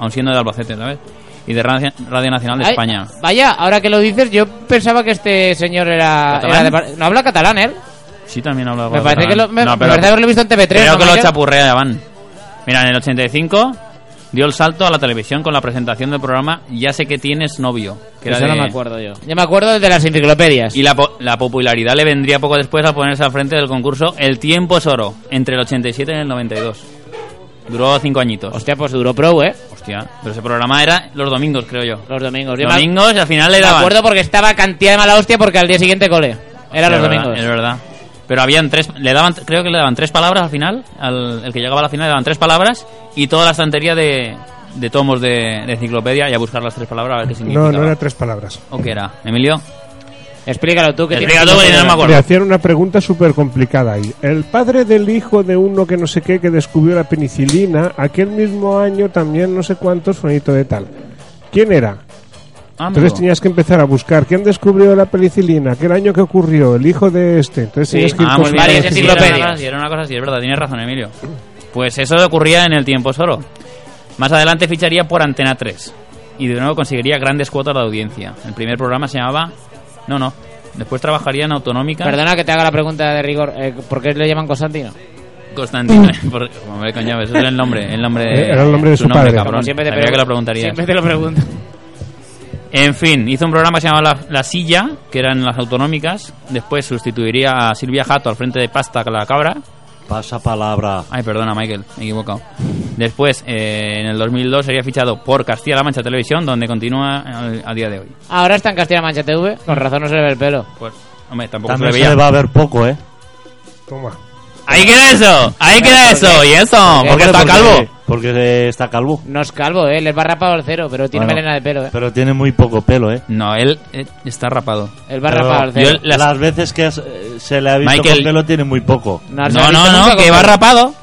Speaker 6: Aún siendo de Albacete, ¿sabes? Y de Radio, Radio Nacional de
Speaker 7: Ay,
Speaker 6: España.
Speaker 7: Vaya, ahora que lo dices, yo pensaba que este señor era...
Speaker 6: ¿Catalán?
Speaker 7: era de Bar- no habla catalán, ¿eh?
Speaker 6: Sí, también hablaba
Speaker 7: Me parece
Speaker 6: catalán.
Speaker 7: que lo, me,
Speaker 6: No,
Speaker 7: me
Speaker 6: pero
Speaker 7: parece haberlo visto en TV3.
Speaker 6: Creo
Speaker 7: ¿no,
Speaker 6: que lo
Speaker 7: Michael?
Speaker 6: chapurreaban. Mira, en el 85 dio el salto a la televisión con la presentación del programa Ya sé que tienes novio. Que era
Speaker 7: Eso no
Speaker 6: de-
Speaker 7: me acuerdo yo. Yo me acuerdo de las enciclopedias.
Speaker 6: Y la, po- la popularidad le vendría poco después al ponerse al frente del concurso El tiempo es oro, entre el 87 y el 92. Duró cinco añitos.
Speaker 7: Hostia, pues duró pro, ¿eh?
Speaker 6: Hostia, pero ese programa era los domingos, creo yo.
Speaker 7: Los domingos. Yo me-
Speaker 6: domingos y al final le
Speaker 7: me
Speaker 6: daban.
Speaker 7: acuerdo porque estaba cantidad de mala hostia porque al día siguiente cole. Era
Speaker 6: Es verdad,
Speaker 7: los domingos.
Speaker 6: Es verdad. Pero habían tres, le daban, creo que le daban tres palabras al final, al el que llegaba a la final le daban tres palabras y toda la estantería de, de tomos de, de enciclopedia y a buscar las tres palabras a ver qué
Speaker 2: No,
Speaker 6: significaba.
Speaker 2: no era tres palabras.
Speaker 6: ¿O qué era? ¿Emilio?
Speaker 7: Explícalo tú que tienes
Speaker 6: Explica tú, que no me
Speaker 2: Le
Speaker 6: acuerdo.
Speaker 2: hacían una pregunta súper complicada ahí. El padre del hijo de uno que no sé qué que descubrió la penicilina, aquel mismo año también no sé cuántos, fonito de tal. ¿Quién era?
Speaker 6: Ah, amigo.
Speaker 2: Entonces tenías que empezar a buscar quién descubrió la penicilina, aquel año que ocurrió, el hijo de este. Entonces
Speaker 7: Sí.
Speaker 2: tenías que ir
Speaker 6: Ah,
Speaker 7: con
Speaker 6: muy bien.
Speaker 2: consultando
Speaker 6: Sí,
Speaker 7: varias
Speaker 2: las
Speaker 6: era una
Speaker 7: enciclopedias.
Speaker 6: cosa así, Era una cosa así, es verdad, tienes razón, Emilio. Pues eso ocurría en el tiempo solo. Más adelante ficharía por Antena 3 y de nuevo conseguiría grandes cuotas de audiencia. El primer programa se llamaba... No, no. Después trabajaría en Autonómica.
Speaker 7: Perdona que te haga la pregunta de rigor. eh, ¿Por qué le llaman Constantino?
Speaker 6: Constantino. eh, por- Hombre, coño, eso es el nombre. El nombre de,
Speaker 2: Eh, era el nombre de su
Speaker 6: nombre,
Speaker 2: padre.
Speaker 6: Cabrón.
Speaker 7: Como siempre te
Speaker 6: Sabía que
Speaker 7: pregun-
Speaker 6: lo preguntarías.
Speaker 7: Siempre te lo pregunto.
Speaker 6: En fin, hizo un programa que se llamaba La, La Silla, que eran las autonómicas. Después sustituiría a Silvia Jato al frente de Pasta la Cabra.
Speaker 1: Pasa palabra.
Speaker 6: Ay, perdona, Michael, me he equivocado. Después, eh, en el 2002, sería fichado por Castilla-La Mancha Televisión, donde continúa eh, a día de hoy.
Speaker 7: Ahora está en Castilla Mancha TV. Con razón no se le ve el pelo.
Speaker 6: Pues, hombre, tampoco
Speaker 1: También
Speaker 6: se
Speaker 1: se
Speaker 6: le
Speaker 1: le
Speaker 6: veía.
Speaker 1: va a ver poco, ¿eh?
Speaker 2: Toma.
Speaker 6: ¡Ahí queda eso! ¡Ahí queda eso! ¿Y eso? Porque está calvo.
Speaker 1: Porque está calvo.
Speaker 7: No es calvo, ¿eh? Les va rapado el cero, pero tiene
Speaker 1: Bueno,
Speaker 7: melena de pelo, ¿eh?
Speaker 1: Pero tiene muy poco pelo, ¿eh?
Speaker 6: No, él eh, está rapado.
Speaker 7: El va
Speaker 1: Pero
Speaker 7: rapado al
Speaker 6: yo-
Speaker 7: cero.
Speaker 1: Las... veces que has- eh, se le ha visto
Speaker 6: Michael-
Speaker 1: con pelo tiene muy poco.
Speaker 7: se
Speaker 6: No,
Speaker 7: ha visto
Speaker 6: no,
Speaker 7: nunca
Speaker 6: no, que
Speaker 7: con
Speaker 6: va
Speaker 7: pelo.
Speaker 6: rapado.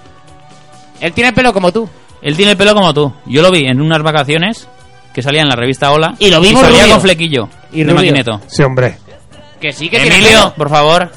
Speaker 7: Él tiene pelo como tú.
Speaker 6: Él tiene el pelo como tú. Yo lo vi en unas vacaciones que salía en la revista Hola.
Speaker 7: Y lo vimos
Speaker 6: salía
Speaker 7: rubio.
Speaker 6: con flequillo
Speaker 7: Y
Speaker 6: de
Speaker 7: rubio.
Speaker 6: maquineto.
Speaker 2: Sí, hombre.
Speaker 7: Que sí, que tiene
Speaker 6: Emilio,
Speaker 7: pelo.
Speaker 6: por favor.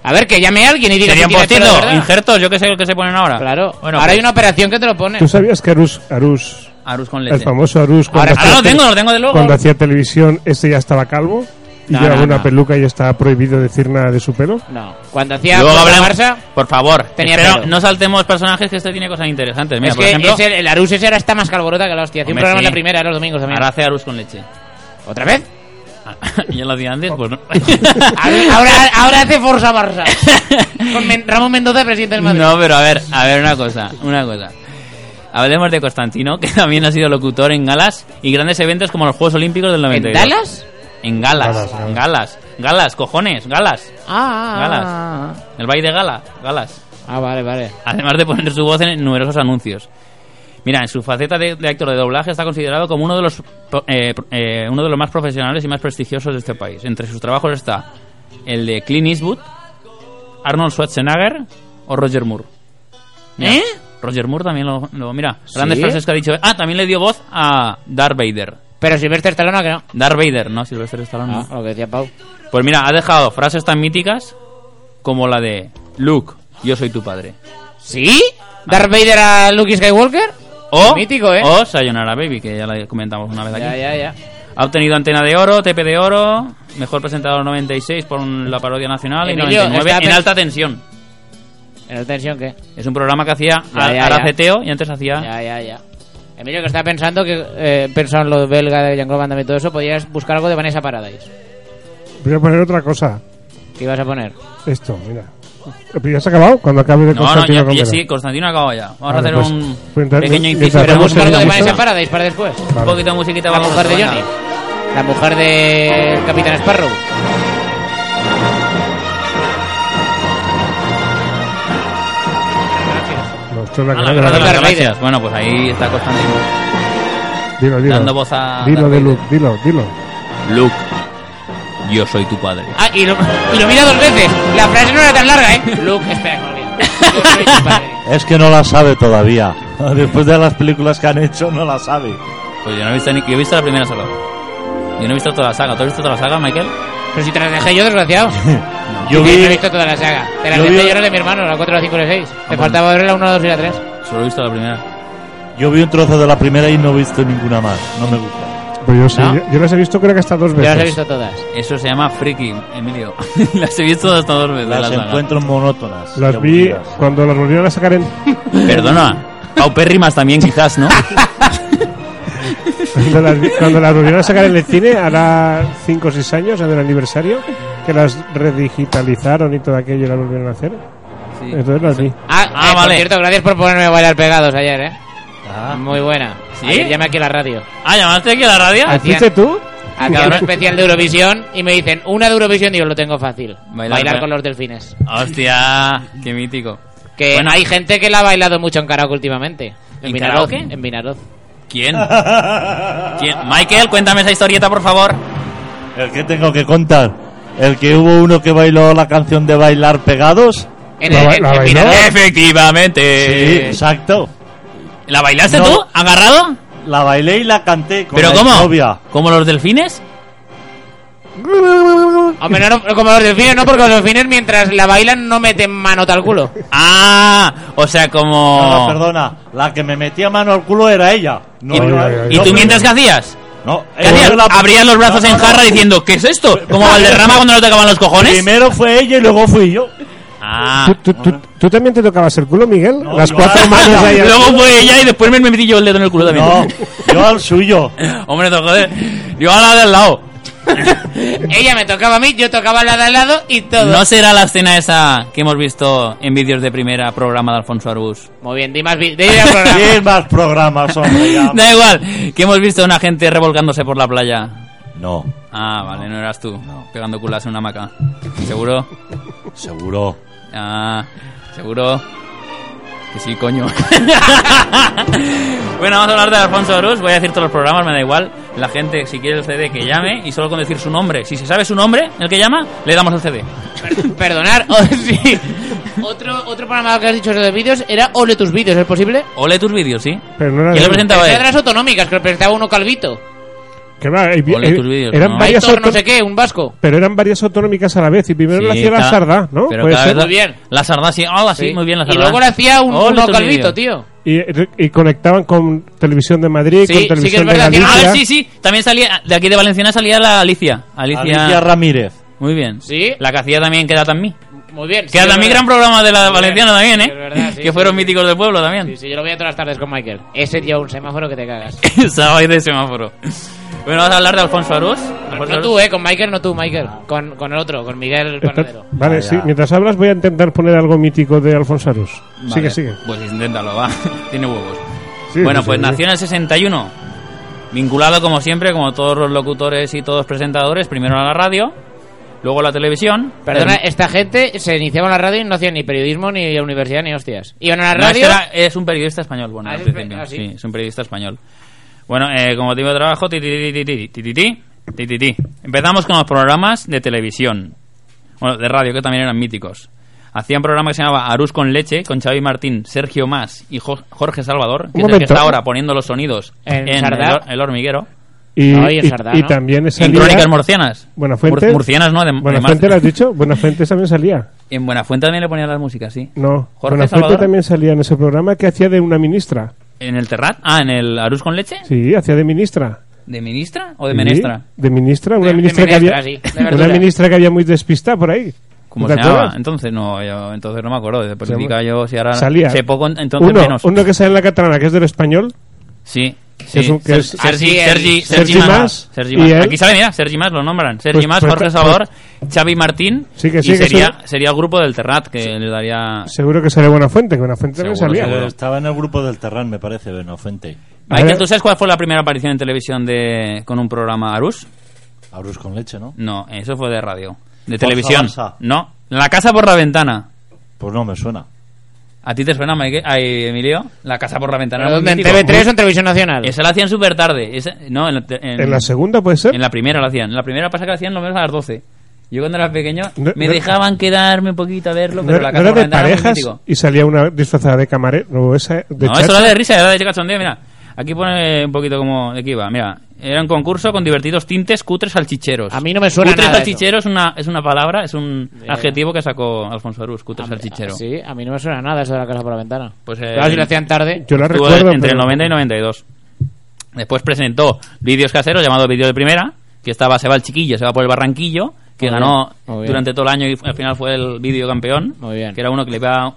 Speaker 7: A ver, que llame a alguien y diga
Speaker 6: Sería
Speaker 7: si
Speaker 6: un
Speaker 7: tiene pelo de
Speaker 6: postizo,
Speaker 7: verdad.
Speaker 6: injertos, yo que sé lo que se ponen ahora.
Speaker 7: Claro.
Speaker 6: Bueno,
Speaker 7: Ahora
Speaker 6: pues,
Speaker 7: hay una operación que te lo pone.
Speaker 2: ¿Tú sabías que Arús, Arús,
Speaker 6: Arús con
Speaker 2: el
Speaker 6: leche.
Speaker 2: famoso Arús, cuando,
Speaker 7: Ahora-
Speaker 2: hacía,
Speaker 6: Ahora lo tengo, lo tengo de luego.
Speaker 2: cuando hacía televisión, este ya estaba calvo? Y
Speaker 6: No,
Speaker 2: llevaba
Speaker 6: no,
Speaker 2: una
Speaker 6: no.
Speaker 2: peluca y estaba prohibido decir nada de su pelo.
Speaker 7: No. Cuando hacía
Speaker 6: Luego
Speaker 7: Puerta
Speaker 6: hablamos-
Speaker 7: Barça,
Speaker 6: Por favor,
Speaker 7: Tenía
Speaker 6: espero
Speaker 7: pelo.
Speaker 6: no saltemos personajes que este tiene cosas interesantes. Mira,
Speaker 7: es
Speaker 6: por
Speaker 7: que
Speaker 6: ejemplo,
Speaker 7: ese- pues, el Arús ese era está más calvorota que la hostia. Hacía un
Speaker 6: Hombre,
Speaker 7: programa en
Speaker 6: sí. Ah.
Speaker 7: la primera, era los domingos también.
Speaker 6: ahora hace arús con leche.
Speaker 7: ¿Otra vez?
Speaker 6: Yo lo hacía antes, pues no.
Speaker 7: ahora, ahora- ahora hace Forza Barça. Con Men- Ramón Mendoza, presidente del Madrid.
Speaker 6: no, pero a ver, a ver una cosa, una cosa. Hablemos de Constantino, que también ha sido locutor en galas y grandes eventos como los Juegos Olímpicos del
Speaker 7: ¿En
Speaker 6: 92.
Speaker 7: Dallas?
Speaker 6: En galas,
Speaker 2: Galas,
Speaker 6: en galas, galas, cojones, galas.
Speaker 7: Ah, ah,
Speaker 6: El baile de gala, galas.
Speaker 7: ah. Ah, vale, vale.
Speaker 6: además de poner su voz en numerosos anuncios. Mira, en su faceta de, de actor de doblaje está considerado como uno de los pro- eh, pro- eh, uno de los más profesionales y más prestigiosos de este país. Entre sus trabajos está el de Clint Eastwood, Arnold Schwarzenegger o Roger Moore.
Speaker 7: ¿Eh?
Speaker 6: Roger Moore también lo, lo- mira. Grandes
Speaker 7: ¿Sí?
Speaker 6: frases que ha dicho. Ah, también le dio voz a Darth Vader.
Speaker 7: Pero Silvestre Stallone, ¿a que no.
Speaker 6: Darth Vader, no Sylvester Stallone. no.
Speaker 7: Ah, lo que decía Pau.
Speaker 6: Pues mira, ha dejado frases tan míticas como la de Luke, yo soy tu padre.
Speaker 7: ¿Sí?
Speaker 6: Ah.
Speaker 7: ¿Darth Vader a Luke Skywalker?
Speaker 6: O,
Speaker 7: Mítico, ¿eh?
Speaker 6: o Sayonara Baby, que ya la comentamos una vez aquí.
Speaker 7: Ya, ya, ya.
Speaker 6: Ha obtenido antena de oro, TP de oro, mejor presentador 96 por un- la parodia nacional
Speaker 7: Emilio,
Speaker 6: y 99
Speaker 7: está
Speaker 6: en
Speaker 7: pens-
Speaker 6: alta tensión.
Speaker 7: ¿En la tensión qué?
Speaker 6: Es un programa que hacía
Speaker 7: Ya,
Speaker 6: Ar-
Speaker 7: ya, ya.
Speaker 6: Araceteo y antes hacía...
Speaker 7: Ya, ya, ya. Emilio, que está pensando que, eh, pensando en lo belga de Jean-Claude Van Damme y todo eso, podías buscar algo de Vanessa Paradise.
Speaker 2: Voy a poner otra cosa.
Speaker 7: ¿Qué ibas a poner?
Speaker 2: Esto, mira. ¿Pero ¿Ya se ha acabado? Cuando acabe de
Speaker 6: No, no,
Speaker 2: Constantino
Speaker 6: ya, ya
Speaker 2: Romero.
Speaker 6: sí, Constantino acaba ya. Vamos
Speaker 2: Vale,
Speaker 6: a hacer
Speaker 2: pues,
Speaker 6: un
Speaker 2: pues entonces,
Speaker 6: pequeño
Speaker 2: mientras
Speaker 6: inciso.
Speaker 2: hacemos
Speaker 7: Busca
Speaker 2: Pero
Speaker 7: algo de
Speaker 2: ¿te
Speaker 7: Vanessa
Speaker 2: gusta?
Speaker 7: Paradise para después.
Speaker 6: Un
Speaker 2: Vale.
Speaker 6: poquito de musiquita
Speaker 7: La
Speaker 6: vamos
Speaker 7: mujer de
Speaker 6: venga.
Speaker 7: Johnny. La mujer de Capitán Sparrow.
Speaker 2: No, esto es la
Speaker 6: Ah,
Speaker 2: que
Speaker 6: la
Speaker 2: no,
Speaker 6: guerra de las
Speaker 7: Darth Vader.
Speaker 6: galaxias. Bueno, pues ahí está Constantino.
Speaker 2: Dilo, dilo.
Speaker 6: dando voz a
Speaker 2: Dilo
Speaker 6: Darth
Speaker 2: de
Speaker 6: Vader.
Speaker 2: Luke, dilo, dilo.
Speaker 6: Luke, yo soy tu padre.
Speaker 7: Ah, y lo, y lo mira dos veces. La frase no era tan larga, ¿eh? Luke, espera, que me olvido. Yo soy tu padre.
Speaker 1: Es que no la sabe todavía. Después de las películas que han hecho, no la sabe.
Speaker 6: Pues yo no he visto ni... Yo he visto la primera solo. Yo no he visto toda la saga. ¿Tú has visto toda la saga, Michael?
Speaker 7: Pero si te las dejé yo, desgraciado.
Speaker 1: Yo
Speaker 7: Sí, no he
Speaker 1: vi,
Speaker 7: visto toda la saga. Te las
Speaker 1: yo
Speaker 7: dejé
Speaker 1: vi-
Speaker 7: yo, era de mi hermano, la 4, la 5 y la 6. Te
Speaker 6: bueno.
Speaker 7: faltaba ver la 1, la 2 y la 3.
Speaker 6: Solo he visto la primera.
Speaker 1: yo vi un trozo de la primera y no he visto ninguna más. No me gusta.
Speaker 2: Pues yo sí,
Speaker 7: ¿No?
Speaker 2: yo, yo las he visto creo que hasta dos
Speaker 7: Yo
Speaker 2: veces.
Speaker 7: las he visto todas.
Speaker 6: Eso se llama friki, Emilio. las he visto hasta dos veces. la
Speaker 1: Las
Speaker 6: saga.
Speaker 1: encuentro monótonas. y
Speaker 2: Las vi
Speaker 1: aburridas.
Speaker 2: cuando las volvieron a sacar en...
Speaker 6: Perdona. Paupérrimas también, quizás, ¿no?
Speaker 2: Cuando las, vi- cuando las volvieron a sacar en el cine, hará 5 o 6 años, en el aniversario, que las redigitalizaron y todo aquello y las volvieron a hacer. Entonces las vi.
Speaker 7: Ah,
Speaker 6: Ah, vale.
Speaker 7: eh,
Speaker 6: Ah.
Speaker 7: Por cierto, gracias por ponerme a bailar pegados ayer, ¿eh? Muy buena.
Speaker 6: ¿Sí?
Speaker 7: Ayer llamé aquí a la radio.
Speaker 6: Ah, ¿llamaste aquí a la radio?
Speaker 7: Ah,
Speaker 2: ¿Fuiste tú?
Speaker 7: Acabó un especial de Eurovisión y me dicen, una de Eurovisión, digo, lo tengo fácil.
Speaker 6: Bailar
Speaker 7: Bailar,
Speaker 6: pe-
Speaker 7: con los delfines.
Speaker 6: Hostia, qué mítico.
Speaker 7: Que
Speaker 6: Bueno.
Speaker 7: hay gente que la ha bailado mucho en karaoke últimamente.
Speaker 6: ¿En
Speaker 7: Vinaroz.
Speaker 6: karaoke?
Speaker 7: En Vinaroz.
Speaker 6: ¿Quién? ¿Quién? Michael, cuéntame esa historieta, por favor.
Speaker 1: ¿El que tengo que contar? ¿El que hubo uno que bailó la canción de bailar pegados?
Speaker 7: En
Speaker 2: La
Speaker 7: el-
Speaker 2: ba-
Speaker 7: en-
Speaker 2: la
Speaker 7: en
Speaker 2: bailó.
Speaker 7: Pinamar.
Speaker 1: Sí,
Speaker 6: Efectivamente.
Speaker 1: exacto.
Speaker 6: ¿La bailaste
Speaker 1: No.
Speaker 6: tú? ¿Agarrado?
Speaker 1: La bailé y la canté con
Speaker 6: ¿Pero
Speaker 1: la
Speaker 6: cómo?
Speaker 1: novia.
Speaker 6: ¿Como los delfines?
Speaker 7: Hombre, no, no, como los delfines, no, porque los delfines mientras la bailan no meten mano al culo.
Speaker 6: Ah, o sea,
Speaker 1: No, no,
Speaker 6: como...
Speaker 1: perdona, la que me metía mano al culo era ella. No,
Speaker 2: Y-
Speaker 1: yo-
Speaker 2: y-
Speaker 6: ¿Y
Speaker 1: no,
Speaker 6: tú
Speaker 1: pero-
Speaker 6: mientras qué hacías?
Speaker 1: No,
Speaker 6: ¿Qué hacías?
Speaker 1: ella la-
Speaker 6: ¿Abrías los brazos en jarra diciendo, ¿qué es esto? ¿Como Valderrama cuando no te acaban los cojones?
Speaker 1: Primero fue ella y luego fui yo.
Speaker 6: Ah.
Speaker 2: ¿Tú, tú, tú, tú también te tocabas el culo, Miguel?
Speaker 1: No,
Speaker 2: Las
Speaker 1: yo-
Speaker 2: cuatro manos ahí.
Speaker 6: Luego fue ella y después me metí yo el dedo en el culo también.
Speaker 1: No, yo al suyo.
Speaker 6: Hombre, no, joder. Yo a la de al lado.
Speaker 7: Ella me tocaba a mí, yo tocaba la de al lado y todo.
Speaker 6: ¿No será la escena esa que hemos visto en vídeos de primera programa de Alfonso Arbus?
Speaker 7: Muy bien, di más vi- di al programa.
Speaker 1: Bien más programas, hombre. ya.
Speaker 6: Da igual, que hemos visto a una gente revolcándose por la playa.
Speaker 1: No,
Speaker 6: Ah, vale, no eras tú, pegando culas en una hamaca. ¿Seguro?
Speaker 1: seguro.
Speaker 6: Ah, seguro. Que sí, coño. bueno, vamos a hablar de Alfonso Arús. Voy a decir todos los programas, me da igual. La gente, si quiere el CD, que llame y solo con decir su nombre. Si se sabe su nombre, el que llama, le damos el Ah, CD.
Speaker 7: Per- Perdonar, o- sí. Otro, otro programa que has dicho de vídeos era Ole tus vídeos, ¿es posible?
Speaker 6: Ole tus vídeos, ¿sí?
Speaker 2: Pero no era
Speaker 6: ¿Quién lo
Speaker 2: de-
Speaker 6: presentaba
Speaker 7: Esas
Speaker 6: él?
Speaker 7: eran las autonómicas, que lo presentaba uno calvito.
Speaker 2: Que va, eh,
Speaker 6: Ole,
Speaker 2: eh,
Speaker 6: tus vídeos,
Speaker 2: eran
Speaker 6: ¿no?
Speaker 2: varias
Speaker 7: Aitor,
Speaker 2: auto-
Speaker 7: no sé qué, un vasco.
Speaker 2: Pero eran varias autonómicas a la vez y primero
Speaker 6: Sí,
Speaker 2: la hacía la
Speaker 6: cada-
Speaker 2: sarda, ¿no?
Speaker 6: Pero
Speaker 2: Puede
Speaker 6: cada
Speaker 2: ser.
Speaker 6: vez la-
Speaker 7: Muy bien.
Speaker 6: La sarda sí. Hola, Ah, sí, muy bien la
Speaker 7: Y
Speaker 6: sarda.
Speaker 7: luego le hacía un,
Speaker 6: Ole
Speaker 7: uno
Speaker 6: tus
Speaker 7: calvito,
Speaker 6: vídeos.
Speaker 7: tío.
Speaker 2: Y, y conectaban con televisión de Madrid,
Speaker 7: Sí, sí
Speaker 2: con
Speaker 7: que es
Speaker 2: televisión de
Speaker 7: verdad, tiene-
Speaker 6: Ah,
Speaker 2: Galicia.
Speaker 6: sí, sí. También salía, de aquí de Valenciana salía la Alicia. Alicia.
Speaker 1: Alicia Ramírez.
Speaker 6: Muy bien.
Speaker 7: Sí.
Speaker 6: La que hacía también Quédate en mí.
Speaker 7: Muy bien. sí,
Speaker 6: Quédate
Speaker 7: es
Speaker 6: en mí,
Speaker 7: verdad.
Speaker 6: gran programa de la
Speaker 7: Muy bien,
Speaker 6: Valenciana también,
Speaker 7: sí,
Speaker 6: ¿eh?
Speaker 7: es verdad, sí,
Speaker 6: que fueron
Speaker 7: sí,
Speaker 6: míticos del pueblo también.
Speaker 7: Sí, sí, yo lo veía todas las tardes con Michael. Ese tío, un semáforo que te cagas.
Speaker 6: Eh, Sabáis de semáforo. Bueno, vamos a hablar de Alfonso Arús. Alfonso
Speaker 7: No
Speaker 6: Arús.
Speaker 7: tú, eh, con Michael no tú, Michael.
Speaker 6: Ah.
Speaker 7: Con, con el otro, con Miguel
Speaker 2: Está-
Speaker 7: Panadero.
Speaker 2: Vale,
Speaker 1: Vaya.
Speaker 2: sí. Mientras hablas voy a intentar poner algo mítico de Alfonso Arús.
Speaker 6: Vale,
Speaker 2: Sigue, sigue.
Speaker 6: Pues inténtalo, va. Tiene huevos.
Speaker 2: Sí,
Speaker 6: bueno,
Speaker 2: sí,
Speaker 6: pues
Speaker 2: sí.
Speaker 6: nació en el 61. Vinculado, como siempre, como todos los locutores y todos los presentadores, primero a la radio, luego a la televisión.
Speaker 7: Perdona,
Speaker 6: Eh,
Speaker 7: esta gente se iniciaba en la radio y no hacía ni periodismo, ni universidad, ni hostias. Iban a la
Speaker 6: no,
Speaker 7: radio.
Speaker 6: este era- es un periodista español, bueno,
Speaker 7: Ah,
Speaker 6: al
Speaker 7: es un pe-
Speaker 6: principio,
Speaker 7: ah, sí.
Speaker 6: sí, es un periodista español. Bueno, eh, como motivo de trabajo, ti, ti, ti, ti, ti, ti, ti, ti, ti, ti, ti. empezamos con los programas de televisión. Bueno, de radio, que también eran míticos. Hacían programa que se llamaba Arús con leche, con Xavi Martín, Sergio Más y Jo- Jorge Salvador, que es el que
Speaker 2: momento.
Speaker 6: está ahora poniendo los sonidos
Speaker 7: En
Speaker 6: en, el,
Speaker 7: Sardá.
Speaker 6: hor- el hormiguero.
Speaker 2: Y,
Speaker 7: No, y en
Speaker 2: y-
Speaker 7: Sardá,
Speaker 2: y
Speaker 7: ¿no?
Speaker 2: también
Speaker 6: En
Speaker 2: salía...
Speaker 6: Crónicas Murcianas.
Speaker 2: Buenafuente.
Speaker 6: Mur- murcianas, no, de, de
Speaker 2: Buenafuente,
Speaker 6: Mar-
Speaker 2: ¿lo has dicho? Buenafuente también salía.
Speaker 6: En Buenafuente también le ponían las músicas, sí.
Speaker 2: No,
Speaker 6: Jorge
Speaker 2: Buenafuente
Speaker 6: Salvador.
Speaker 2: también salía en ese programa que hacía de una ministra.
Speaker 6: ¿En el Terrat? Ah, ¿en el Arús con leche?
Speaker 2: Sí, hacía de ministra.
Speaker 6: ¿De ministra o de
Speaker 2: Sí,
Speaker 6: menestra?
Speaker 2: De ministra, una
Speaker 7: De- de
Speaker 2: ministra que
Speaker 7: menestra,
Speaker 2: había...
Speaker 7: sí, de verdura.
Speaker 2: una ministra que había muy despistada por ahí.
Speaker 6: ¿Cómo
Speaker 2: ¿Te
Speaker 6: se llamaba?
Speaker 2: acuerdas?
Speaker 6: Entonces no, yo entonces no me acuerdo. De política
Speaker 2: Se
Speaker 6: yo, si ahora
Speaker 2: Salía.
Speaker 6: sé poco, entonces
Speaker 2: uno,
Speaker 6: menos.
Speaker 2: uno que sale en la catalana, que es del español.
Speaker 6: Sí.
Speaker 2: Que
Speaker 6: Sí.
Speaker 2: es un- que
Speaker 6: Ser-
Speaker 2: es-
Speaker 6: Sergi,
Speaker 7: Sergi-
Speaker 6: Sergi, Sergi,
Speaker 2: Sergi
Speaker 6: Mas.
Speaker 2: Mas,
Speaker 6: Sergi
Speaker 2: y
Speaker 6: Mas.
Speaker 2: él-
Speaker 6: Aquí sale, mira, Sergi Más lo nombran. Sergi
Speaker 2: Pues-
Speaker 6: Más,
Speaker 2: pues-
Speaker 6: Jorge
Speaker 2: pues-
Speaker 6: Salvador, Xavi Martín.
Speaker 2: Sí, que
Speaker 6: y
Speaker 2: sí, que
Speaker 6: sería,
Speaker 2: sí.
Speaker 6: sería el grupo del Terrat que le daría.
Speaker 2: Seguro que sale Buenafuente, que Buenafuente también
Speaker 6: Ah. Seguro,
Speaker 2: salía.
Speaker 6: seguro.
Speaker 1: Pero Eh, estaba en el grupo del Terrán, me parece, Benofuente.
Speaker 6: Michael,
Speaker 2: ver.
Speaker 6: ¿tú sabes cuál fue la primera aparición en televisión de con un programa Arús?
Speaker 1: Arús con leche, ¿no?
Speaker 6: No, eso fue de radio. De
Speaker 1: Forza
Speaker 6: televisión.
Speaker 1: Barça.
Speaker 6: No. La casa por la ventana.
Speaker 1: Pues no me suena.
Speaker 6: ¿A ti te suena, Michael? Ay, Emilio? La casa por la ventana.
Speaker 7: ¿Pero
Speaker 6: era
Speaker 7: ¿Dónde?
Speaker 6: muy
Speaker 7: ¿En
Speaker 6: mítico.
Speaker 7: TV3 o en Televisión Nacional?
Speaker 6: Esa la hacían súper tarde. Esa- no, en, la te- en-
Speaker 2: ¿En la segunda puede ser?
Speaker 6: en la primera la hacían. En la primera pasa que la hacían lo menos a las 12. Yo cuando era pequeño
Speaker 2: No-
Speaker 6: me
Speaker 2: no-
Speaker 6: dejaban quedarme un poquito a verlo,
Speaker 2: ¿No
Speaker 6: pero
Speaker 2: era- no
Speaker 6: la casa
Speaker 2: era
Speaker 6: por la
Speaker 2: de
Speaker 6: ventana era muy
Speaker 2: parejas
Speaker 6: mítico.
Speaker 2: y salía una disfrazada de camarero? No, esa de
Speaker 6: no,
Speaker 2: chacha.
Speaker 6: eso era de risa, era de cachondeo, mira. Aquí pone un poquito como de qué iba. Mira, era un concurso con divertidos tintes cutres salchicheros.
Speaker 7: A mí no me suena
Speaker 6: Cutres
Speaker 7: nada
Speaker 6: salchichero es una, es una palabra, es un adjetivo que sacó Alfonso Arús, cutres
Speaker 7: Hombre,
Speaker 6: salchichero.
Speaker 7: Ah, Sí, a mí no me suena nada eso de la casa por la ventana.
Speaker 6: Pues, eh,
Speaker 7: claro, si lo hacían tarde.
Speaker 2: Yo la
Speaker 6: Estuvo
Speaker 2: recuerdo.
Speaker 6: entre
Speaker 2: pero-
Speaker 6: el 90 y 92. Después presentó vídeos caseros llamados Vídeos de Primera, que estaba se va el chiquillo, se va por el barranquillo, que
Speaker 7: Muy
Speaker 6: ganó
Speaker 7: bien, muy bien.
Speaker 6: durante todo el año y al final fue el vídeo campeón,
Speaker 7: Muy bien.
Speaker 6: que era uno que le iba,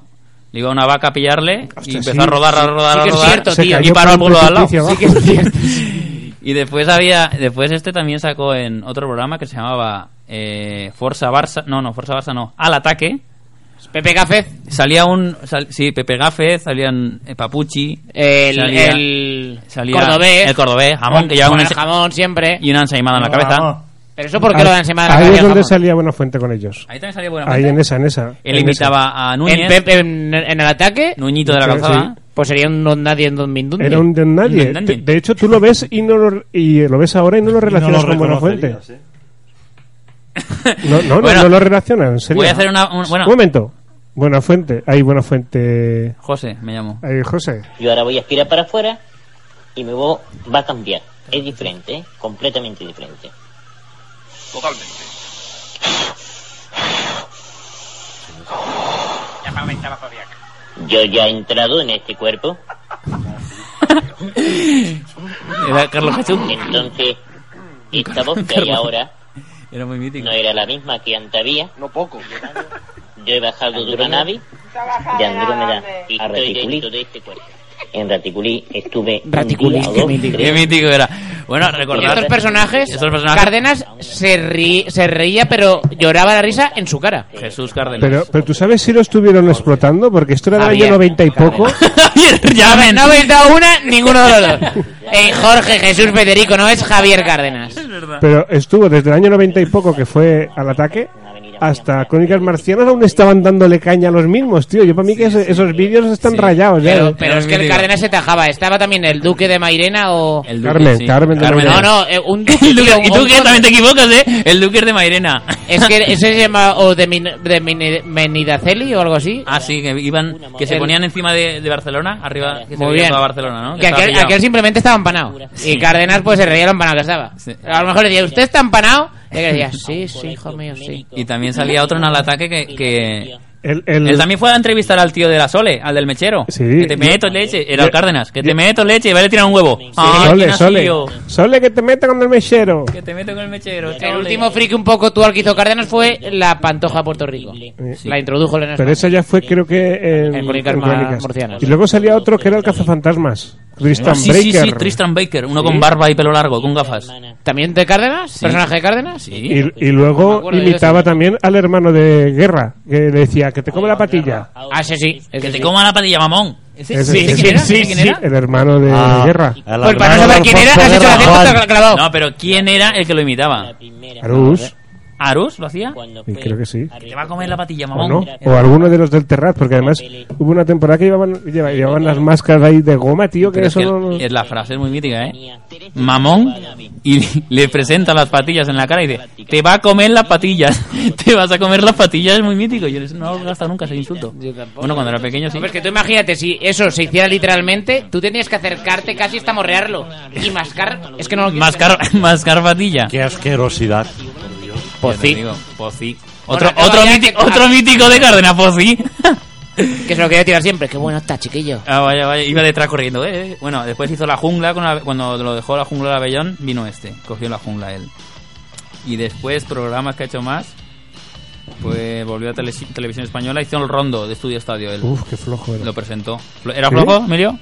Speaker 6: le iba a una vaca a pillarle y
Speaker 2: Hostia,
Speaker 6: empezó
Speaker 2: sí,
Speaker 6: a rodar, a rodar,
Speaker 7: sí que
Speaker 6: a
Speaker 7: es
Speaker 6: rodar.
Speaker 7: cierto,
Speaker 2: se
Speaker 7: tío.
Speaker 2: cayó
Speaker 6: Y paró al
Speaker 2: por un
Speaker 6: pueblo de al lado.
Speaker 2: precipicio abajo.
Speaker 6: Y después había, después este también sacó en otro programa que se llamaba eh, Forza Barça, no, no, Forza Barça no, Al Ataque.
Speaker 7: Pepe Café.
Speaker 6: Salía un, sal- sí, Pepe Gafe, salían eh, Papuchi,
Speaker 7: El,
Speaker 6: Salía-
Speaker 7: el
Speaker 6: salía
Speaker 7: cordobés.
Speaker 6: el cordobés, jamón,
Speaker 7: Bueno,
Speaker 6: que llevaba
Speaker 7: bueno,
Speaker 6: una-
Speaker 7: jamón siempre.
Speaker 6: y una ensaimada en la cabeza.
Speaker 1: Vamos.
Speaker 7: Pero eso porque lo dan semana de la
Speaker 2: Ahí
Speaker 7: cabeza,
Speaker 2: es donde
Speaker 7: jamón?
Speaker 2: salía Buenafuente con ellos.
Speaker 6: Ahí también salía buena
Speaker 2: Ahí
Speaker 6: gente.
Speaker 2: en esa, en esa.
Speaker 6: Ah, Él
Speaker 2: en esa.
Speaker 6: invitaba a Núñez,
Speaker 7: En, Pepe- en- en el ataque.
Speaker 6: Nuñito de la
Speaker 2: Sí,
Speaker 6: Calzada,
Speaker 2: sí.
Speaker 7: Pues sería un don nadie en don Mindundi.
Speaker 2: Era un de nadie.
Speaker 6: Nadie.
Speaker 2: De, de hecho, tú lo ves y no lo, y lo ves ahora y no lo relacionas con Buenafuente.
Speaker 1: reconocerías, ¿eh?
Speaker 2: No, no, no,
Speaker 6: Bueno,
Speaker 2: no lo relacionas, en serio.
Speaker 6: Voy a hacer una. un- bueno,
Speaker 2: Un momento. Buenafuente. Ahí, Buenafuente.
Speaker 6: José, me llamo.
Speaker 2: Ahí, José.
Speaker 8: Yo ahora voy a aspirar para afuera y mi voz va a cambiar. Es diferente, ¿eh? completamente diferente.
Speaker 9: Totalmente.
Speaker 8: Yo ya he entrado en este cuerpo,
Speaker 6: Era Carlos Cachú.
Speaker 8: entonces esta voz que hay ahora
Speaker 6: Era muy mítico.
Speaker 8: no era la misma que antes había.
Speaker 9: No poco.
Speaker 8: Yo he bajado de una nave de Andrómeda y estoy dentro de este cuerpo. En Raticulí estuve un
Speaker 7: Raticulí,
Speaker 8: día o
Speaker 7: qué
Speaker 8: dos,
Speaker 7: mítico.
Speaker 6: Qué
Speaker 8: tres.
Speaker 6: mítico era. Bueno,
Speaker 7: Y
Speaker 6: recordar.
Speaker 7: estos personajes,
Speaker 6: Estos personajes-
Speaker 7: Cárdenas se, ri- se reía, pero lloraba la risa en su cara.
Speaker 6: Jesús Cárdenas.
Speaker 2: Pero, pero tú sabes si lo estuvieron explotando, porque esto era del
Speaker 7: Javier.
Speaker 2: año 90 y poco.
Speaker 6: Javier, ya ven.
Speaker 7: No habéis dado una, ninguno de los dos. Eh, Jorge Jesús Federico, no es Javier Cárdenas.
Speaker 2: Pero estuvo desde el año 90 y poco que fue al ataque hasta Crónicas Marcianas aún estaban dándole caña a los mismos, tío. Yo para mí que ese- esos vídeos están rayados. ya.
Speaker 7: Pero, pero
Speaker 6: Era
Speaker 7: es que el
Speaker 6: mítico.
Speaker 7: Cárdenas se tajaba. Estaba también el Duque de Mairena o.
Speaker 6: El
Speaker 2: Carmen, Carmen de
Speaker 6: Carmen.
Speaker 2: Mairena.
Speaker 7: No, no, eh, un Duque.
Speaker 6: El Duque,
Speaker 7: tío,
Speaker 6: y tú
Speaker 7: un-
Speaker 6: que también te equivocas, ¿eh? El Duque es de Mairena.
Speaker 7: Es que ese se llama. O de, Min- de Min- Menidaceli o algo así.
Speaker 6: Ah, sí, que iban, que se
Speaker 7: El-
Speaker 6: ponían encima de, de Barcelona, arriba, que se
Speaker 7: Muy
Speaker 6: veía
Speaker 7: bien.
Speaker 6: toda Barcelona, ¿no?
Speaker 7: Que
Speaker 6: estaba
Speaker 7: aquel,
Speaker 6: pillado.
Speaker 7: aquel simplemente estaba empanado. Y Cárdenas, pues se reía lo empanado que estaba.
Speaker 6: Sí.
Speaker 7: A lo mejor le decía, ¿usted está empanado? Y él decía, sí, sí, hijo mío, sí.
Speaker 6: Y también salía otro en el ataque que, que...
Speaker 2: El- el-
Speaker 6: Él también fue a entrevistar al tío de la Sole, al del mechero.
Speaker 2: Sí.
Speaker 6: Que te meto leche. Era el
Speaker 2: Yo-
Speaker 6: Cárdenas. Que
Speaker 2: yo-
Speaker 6: te meto leche y va a tirar un huevo. Ah, ¿quién
Speaker 2: Sole,
Speaker 6: ha
Speaker 2: Sole.
Speaker 6: sido?
Speaker 2: Sole, que te meta con el mechero.
Speaker 6: Que te meto con el mechero.
Speaker 7: El último friki un poco tú al que hizo Cárdenas fue la Pantoja Puerto Rico. La introdujo Elena
Speaker 2: Pero esa ya fue, creo que. En,
Speaker 7: En Crónicas
Speaker 2: en
Speaker 7: Mar- Marcianas.
Speaker 2: Y luego salía otro que era el cazafantasmas. Tristan
Speaker 6: Sí, sí,
Speaker 2: Breaker.
Speaker 6: sí, Tristan Baker. Uno con barba y pelo largo, con gafas.
Speaker 7: ¿También de Cárdenas? ¿Personaje de Cárdenas?
Speaker 6: Sí.
Speaker 2: Y, y
Speaker 7: Me
Speaker 2: luego
Speaker 7: acuerdo de
Speaker 2: imitaba
Speaker 7: eso.
Speaker 2: también al hermano de Guerra, que le decía que te come la patilla.
Speaker 7: Ah, sí, sí.
Speaker 6: Que
Speaker 7: ese
Speaker 6: te
Speaker 7: sí.
Speaker 6: coma la patilla, mamón.
Speaker 2: Ese-
Speaker 7: sí,
Speaker 2: ese-
Speaker 7: ¿quién era?
Speaker 2: sí,
Speaker 7: ¿Quién
Speaker 2: sí,
Speaker 7: era?
Speaker 2: el hermano de
Speaker 1: Ah,
Speaker 2: Guerra.
Speaker 1: a la
Speaker 7: Pues para no
Speaker 1: hermana
Speaker 7: saber
Speaker 1: de
Speaker 7: quién era,
Speaker 1: Alfonso
Speaker 7: has hecho
Speaker 1: de
Speaker 7: la
Speaker 1: Ramón.
Speaker 7: cesta clavado.
Speaker 6: No, pero ¿quién era el que lo imitaba?
Speaker 2: Arús,
Speaker 6: ¿Arus lo hacía?
Speaker 2: y creo que sí.
Speaker 6: Que te va a comer la patilla,
Speaker 2: ¿O,
Speaker 6: mamón.
Speaker 2: no? o alguno de los del Terrat, porque además hubo una temporada que llevaban, lleva- llevaban las máscaras ahí de goma, tío, que
Speaker 6: Pero es
Speaker 2: eso
Speaker 6: que
Speaker 2: no-
Speaker 6: es la frase es muy mítica, ¿eh? Mamón y le presenta las patillas en la cara y dice, te va a comer las patillas, te vas a comer las patillas, es muy mítico. Yo no lo gasto nunca ese insulto. Bueno, cuando era pequeño sí.
Speaker 7: No, pero es que tú imagínate, si eso se hiciera literalmente, tú tendrías que acercarte casi hasta morrearlo. Y mascar... Es que no lo quiero
Speaker 6: Mascar, mascar patilla.
Speaker 1: Qué asquerosidad.
Speaker 6: Pues
Speaker 7: sí.
Speaker 6: Otro,
Speaker 7: Bueno,
Speaker 6: otro,
Speaker 7: todavía
Speaker 6: míti-
Speaker 7: que-
Speaker 6: otro mítico de Cárdenas, Pozzi.
Speaker 7: pensar, Que se lo quería tirar siempre. Qué bueno está, chiquillo.
Speaker 6: Ah, vaya, vaya, iba detrás corriendo, eh. eh. Bueno, después hizo la jungla, con la- cuando lo dejó la jungla de Avellón, vino este, cogió la jungla él. Y después, programas que ha hecho más, pues volvió a Tele- Televisión Española, hizo el rondo de Estudio Estadio él.
Speaker 2: Uf, qué flojo era.
Speaker 6: Lo presentó. Flo- ¿Era
Speaker 2: ¿Sí?
Speaker 6: flojo, Emilio?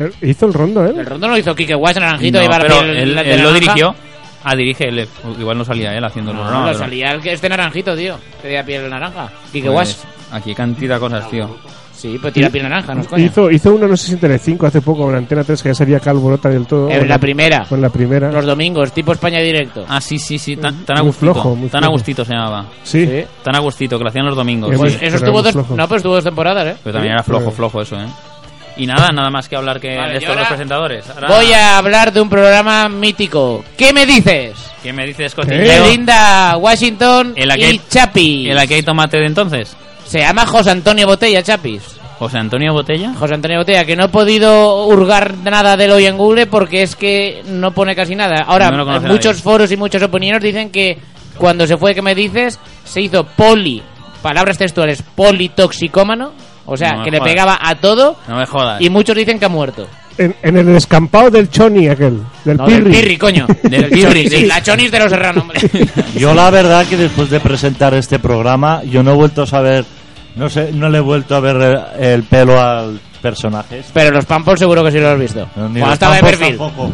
Speaker 2: Eh, Hizo el rondo, ¿eh?
Speaker 7: El rondo lo hizo Quique Guas, Naranjito,
Speaker 6: No,
Speaker 7: y Barbie,
Speaker 6: pero
Speaker 7: el-
Speaker 6: él,
Speaker 7: la de
Speaker 6: él lo
Speaker 7: naranja.
Speaker 6: dirigió. Ah, dirige él. Igual no salía él haciendo el
Speaker 7: No,
Speaker 6: programa,
Speaker 7: lo
Speaker 6: pero-
Speaker 7: salía el que este naranjito, tío. Que tenía piel naranja. Quique
Speaker 6: Pues,
Speaker 7: Guas.
Speaker 6: Aquí cantidad de cosas, tío.
Speaker 7: Sí, pues tira piel naranja, no es coña.
Speaker 2: Hizo, hizo uno, no sé si en Telecinco, hace poco, en Antena 3, que ya sería Calborota del todo.
Speaker 7: En
Speaker 2: Con
Speaker 7: la primera.
Speaker 2: Con la primera.
Speaker 7: Los domingos, tipo España Directo.
Speaker 6: Ah, sí, sí, sí. Tan, tan
Speaker 2: Muy
Speaker 6: a gustito.
Speaker 2: flojo, muy
Speaker 6: tan a
Speaker 2: flojo.
Speaker 6: gustito se llamaba.
Speaker 2: Sí.
Speaker 7: Sí.
Speaker 6: Tan a gustito, que Pues lo hacían los domingos.
Speaker 2: Qué
Speaker 6: Sí.
Speaker 7: Pues
Speaker 2: Pero era
Speaker 7: eso estuvo
Speaker 2: muy
Speaker 7: dos...
Speaker 2: flojo.
Speaker 7: No, pero estuvo dos temporadas, ¿eh?
Speaker 6: Pero también era flojo, flojo eso, ¿eh? Y nada, nada más que hablar que
Speaker 7: Vale,
Speaker 6: de
Speaker 7: y
Speaker 6: estos
Speaker 7: ahora
Speaker 6: dos presentadores. Ahora,
Speaker 7: Voy a hablar de un programa mítico. ¿Qué me dices?
Speaker 6: ¿Qué me dices,
Speaker 7: De
Speaker 6: Cotilleo?
Speaker 7: Linda Eh, Washington
Speaker 6: El aquel-
Speaker 7: y Chapis.
Speaker 6: ¿El aquí hay tomate de entonces?
Speaker 7: Se llama José Antonio Botella, Chapis.
Speaker 6: José Antonio Botella.
Speaker 7: José Antonio Botella, que no he podido hurgar nada de él hoy en Google porque es que no pone casi nada. Ahora,
Speaker 6: No lo conoce
Speaker 7: muchos
Speaker 6: nadie.
Speaker 7: foros y muchas opiniones dicen que cuando se fue, que me dices? Se hizo poli, palabras textuales, politoxicómano, o sea,
Speaker 6: No me
Speaker 7: que le
Speaker 6: jodas.
Speaker 7: pegaba a todo,
Speaker 6: No me jodas.
Speaker 7: y muchos dicen que ha muerto.
Speaker 2: En, en el descampado del Choni, aquel. Del
Speaker 7: No,
Speaker 2: Pirri.
Speaker 7: del Pirri, coño.
Speaker 6: Del Pirri,
Speaker 7: sí,
Speaker 6: sí.
Speaker 7: La chonis de los serranos, hombre.
Speaker 1: Yo la verdad que después de presentar este programa, yo no he vuelto a saber, no sé, no le he vuelto a ver el, el pelo al personaje. este.
Speaker 7: Pero los Pampos seguro que sí lo has visto.
Speaker 1: Ni
Speaker 7: Cuando
Speaker 1: los
Speaker 7: estaba de
Speaker 1: campos
Speaker 7: perfil.
Speaker 1: tampoco.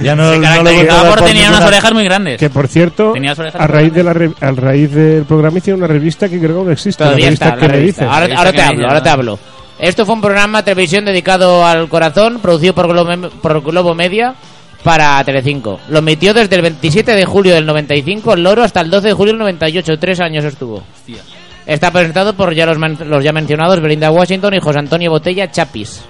Speaker 1: Ya no,
Speaker 6: Se
Speaker 1: no le he vuelto a
Speaker 6: caracterizaba
Speaker 1: ver
Speaker 6: por
Speaker 1: por
Speaker 6: tenía unas
Speaker 1: ninguna-
Speaker 6: orejas muy grandes.
Speaker 2: Que por cierto,
Speaker 6: Tenía las orejas
Speaker 2: a raíz, de la re- al raíz del programa hicieron una revista que creo que no existe. la
Speaker 7: Todavía
Speaker 2: revista
Speaker 7: está,
Speaker 2: que
Speaker 7: la
Speaker 2: me
Speaker 7: revista.
Speaker 2: dices.
Speaker 7: Ahora,
Speaker 6: Revista
Speaker 7: ahora
Speaker 6: que
Speaker 7: te
Speaker 6: me
Speaker 7: hablo,
Speaker 6: dices,
Speaker 7: ahora te
Speaker 6: ¿no?
Speaker 7: hablo. Esto fue un programa de televisión dedicado al corazón, producido por Globo, por Globo Media para Telecinco. Lo emitió desde el 27 de julio del 95, el loro, hasta el 12 de julio del 98. Tres años estuvo.
Speaker 6: Hostia.
Speaker 7: Está presentado por ya los, men- los ya mencionados Belinda Washington y José Antonio Botella Chapis.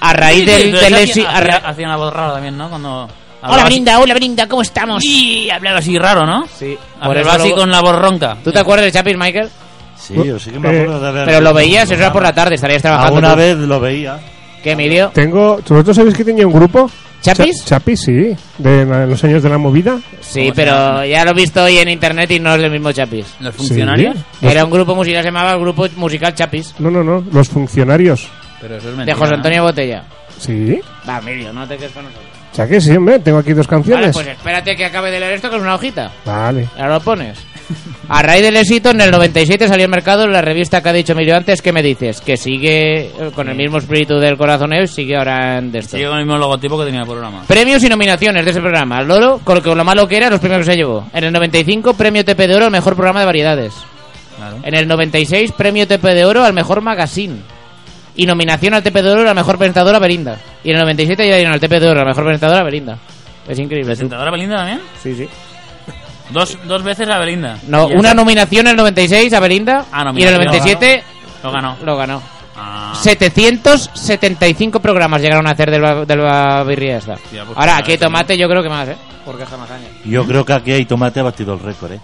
Speaker 7: a raíz
Speaker 6: Sí, sí,
Speaker 7: del,
Speaker 6: pero
Speaker 7: del
Speaker 6: eso
Speaker 7: éxi-
Speaker 6: hacía-
Speaker 7: a ra-
Speaker 6: hacía- Hacía una voz rara también, ¿no? Cuando hablaba
Speaker 7: Hola
Speaker 6: así-
Speaker 7: Brinda, hola Brinda, ¿cómo estamos?
Speaker 6: Y hablaba así raro, ¿no? Sí.
Speaker 7: Por
Speaker 6: Hablaba
Speaker 7: eso
Speaker 6: así
Speaker 7: lo-
Speaker 6: con la voz ronca.
Speaker 7: ¿Tú te acuerdas de Chapis, Michael?
Speaker 1: Sí, yo sí que me acuerdo de haber
Speaker 7: Eh, Pero lo
Speaker 1: visto
Speaker 7: veías,
Speaker 1: un
Speaker 7: eso era por la
Speaker 1: programa.
Speaker 7: tarde, estarías trabajando.
Speaker 1: Alguna
Speaker 7: tú.
Speaker 1: vez lo veía.
Speaker 7: ¿Qué, Emilio?
Speaker 2: Tengo, ¿Vosotros sabéis que tenía un grupo?
Speaker 7: ¿Chapis?
Speaker 2: Cha- Chapis, sí. De la- los años de la movida.
Speaker 7: Sí, pero ya lo he visto hoy en internet y no es el mismo Chapis.
Speaker 6: ¿Los
Speaker 2: funcionarios?
Speaker 6: Pues
Speaker 7: Era un grupo musical, se llamaba el Grupo Musical Chapis,
Speaker 2: No, no, no. Los funcionarios.
Speaker 6: Pero eso es
Speaker 7: de
Speaker 6: mentira.
Speaker 7: José
Speaker 6: ¿no?
Speaker 7: Antonio Botella.
Speaker 2: Sí.
Speaker 7: Va, Emilio, no te quedes con nosotros.
Speaker 2: O sea que sí, hombre. Tengo aquí dos
Speaker 7: Vale,
Speaker 2: canciones.
Speaker 7: pues espérate que acabe de leer esto con una hojita.
Speaker 2: Vale.
Speaker 7: Ahora lo pones. A raíz del éxito, en el 97 salió al mercado la revista que ha dicho Emilio antes, ¿qué me dices? Que sigue eh, con el mismo espíritu del corazoneo y sigue ahora en de esto.
Speaker 6: Sigue con el mismo logotipo que tenía el programa.
Speaker 7: Premios y nominaciones de ese programa. Loro, con lo que- lo malo que era, los premios que se llevó. En el 95, premio TP de Oro al mejor programa de variedades.
Speaker 6: Claro.
Speaker 7: En el 96, premio TP de Oro al mejor magazine. Y nominación al TP de Oro a la mejor presentadora Berinda. Y en el 97 ya dieron al TP de Oro a la mejor presentadora Berinda. Es increíble. tú.
Speaker 6: ¿Presentadora Belinda también?
Speaker 7: Sí, sí.
Speaker 6: Dos, dos veces a Belinda.
Speaker 7: No,
Speaker 6: Y
Speaker 7: una
Speaker 6: esa-
Speaker 7: nominación en el 96 a Belinda.
Speaker 6: Ah,
Speaker 7: y en el
Speaker 6: nominación.
Speaker 7: 97
Speaker 6: Lo ganó.
Speaker 7: lo ganó.
Speaker 6: Ah.
Speaker 7: 775 programas llegaron a hacer del, ba- del ba- birria esta.
Speaker 6: Hostia, pues
Speaker 7: Ahora,
Speaker 6: claro,
Speaker 7: aquí
Speaker 6: eso
Speaker 7: tomate yo creo que más, ¿eh? Porque hasta más años.
Speaker 1: Yo creo que aquí hay tomate ha batido el récord, ¿eh?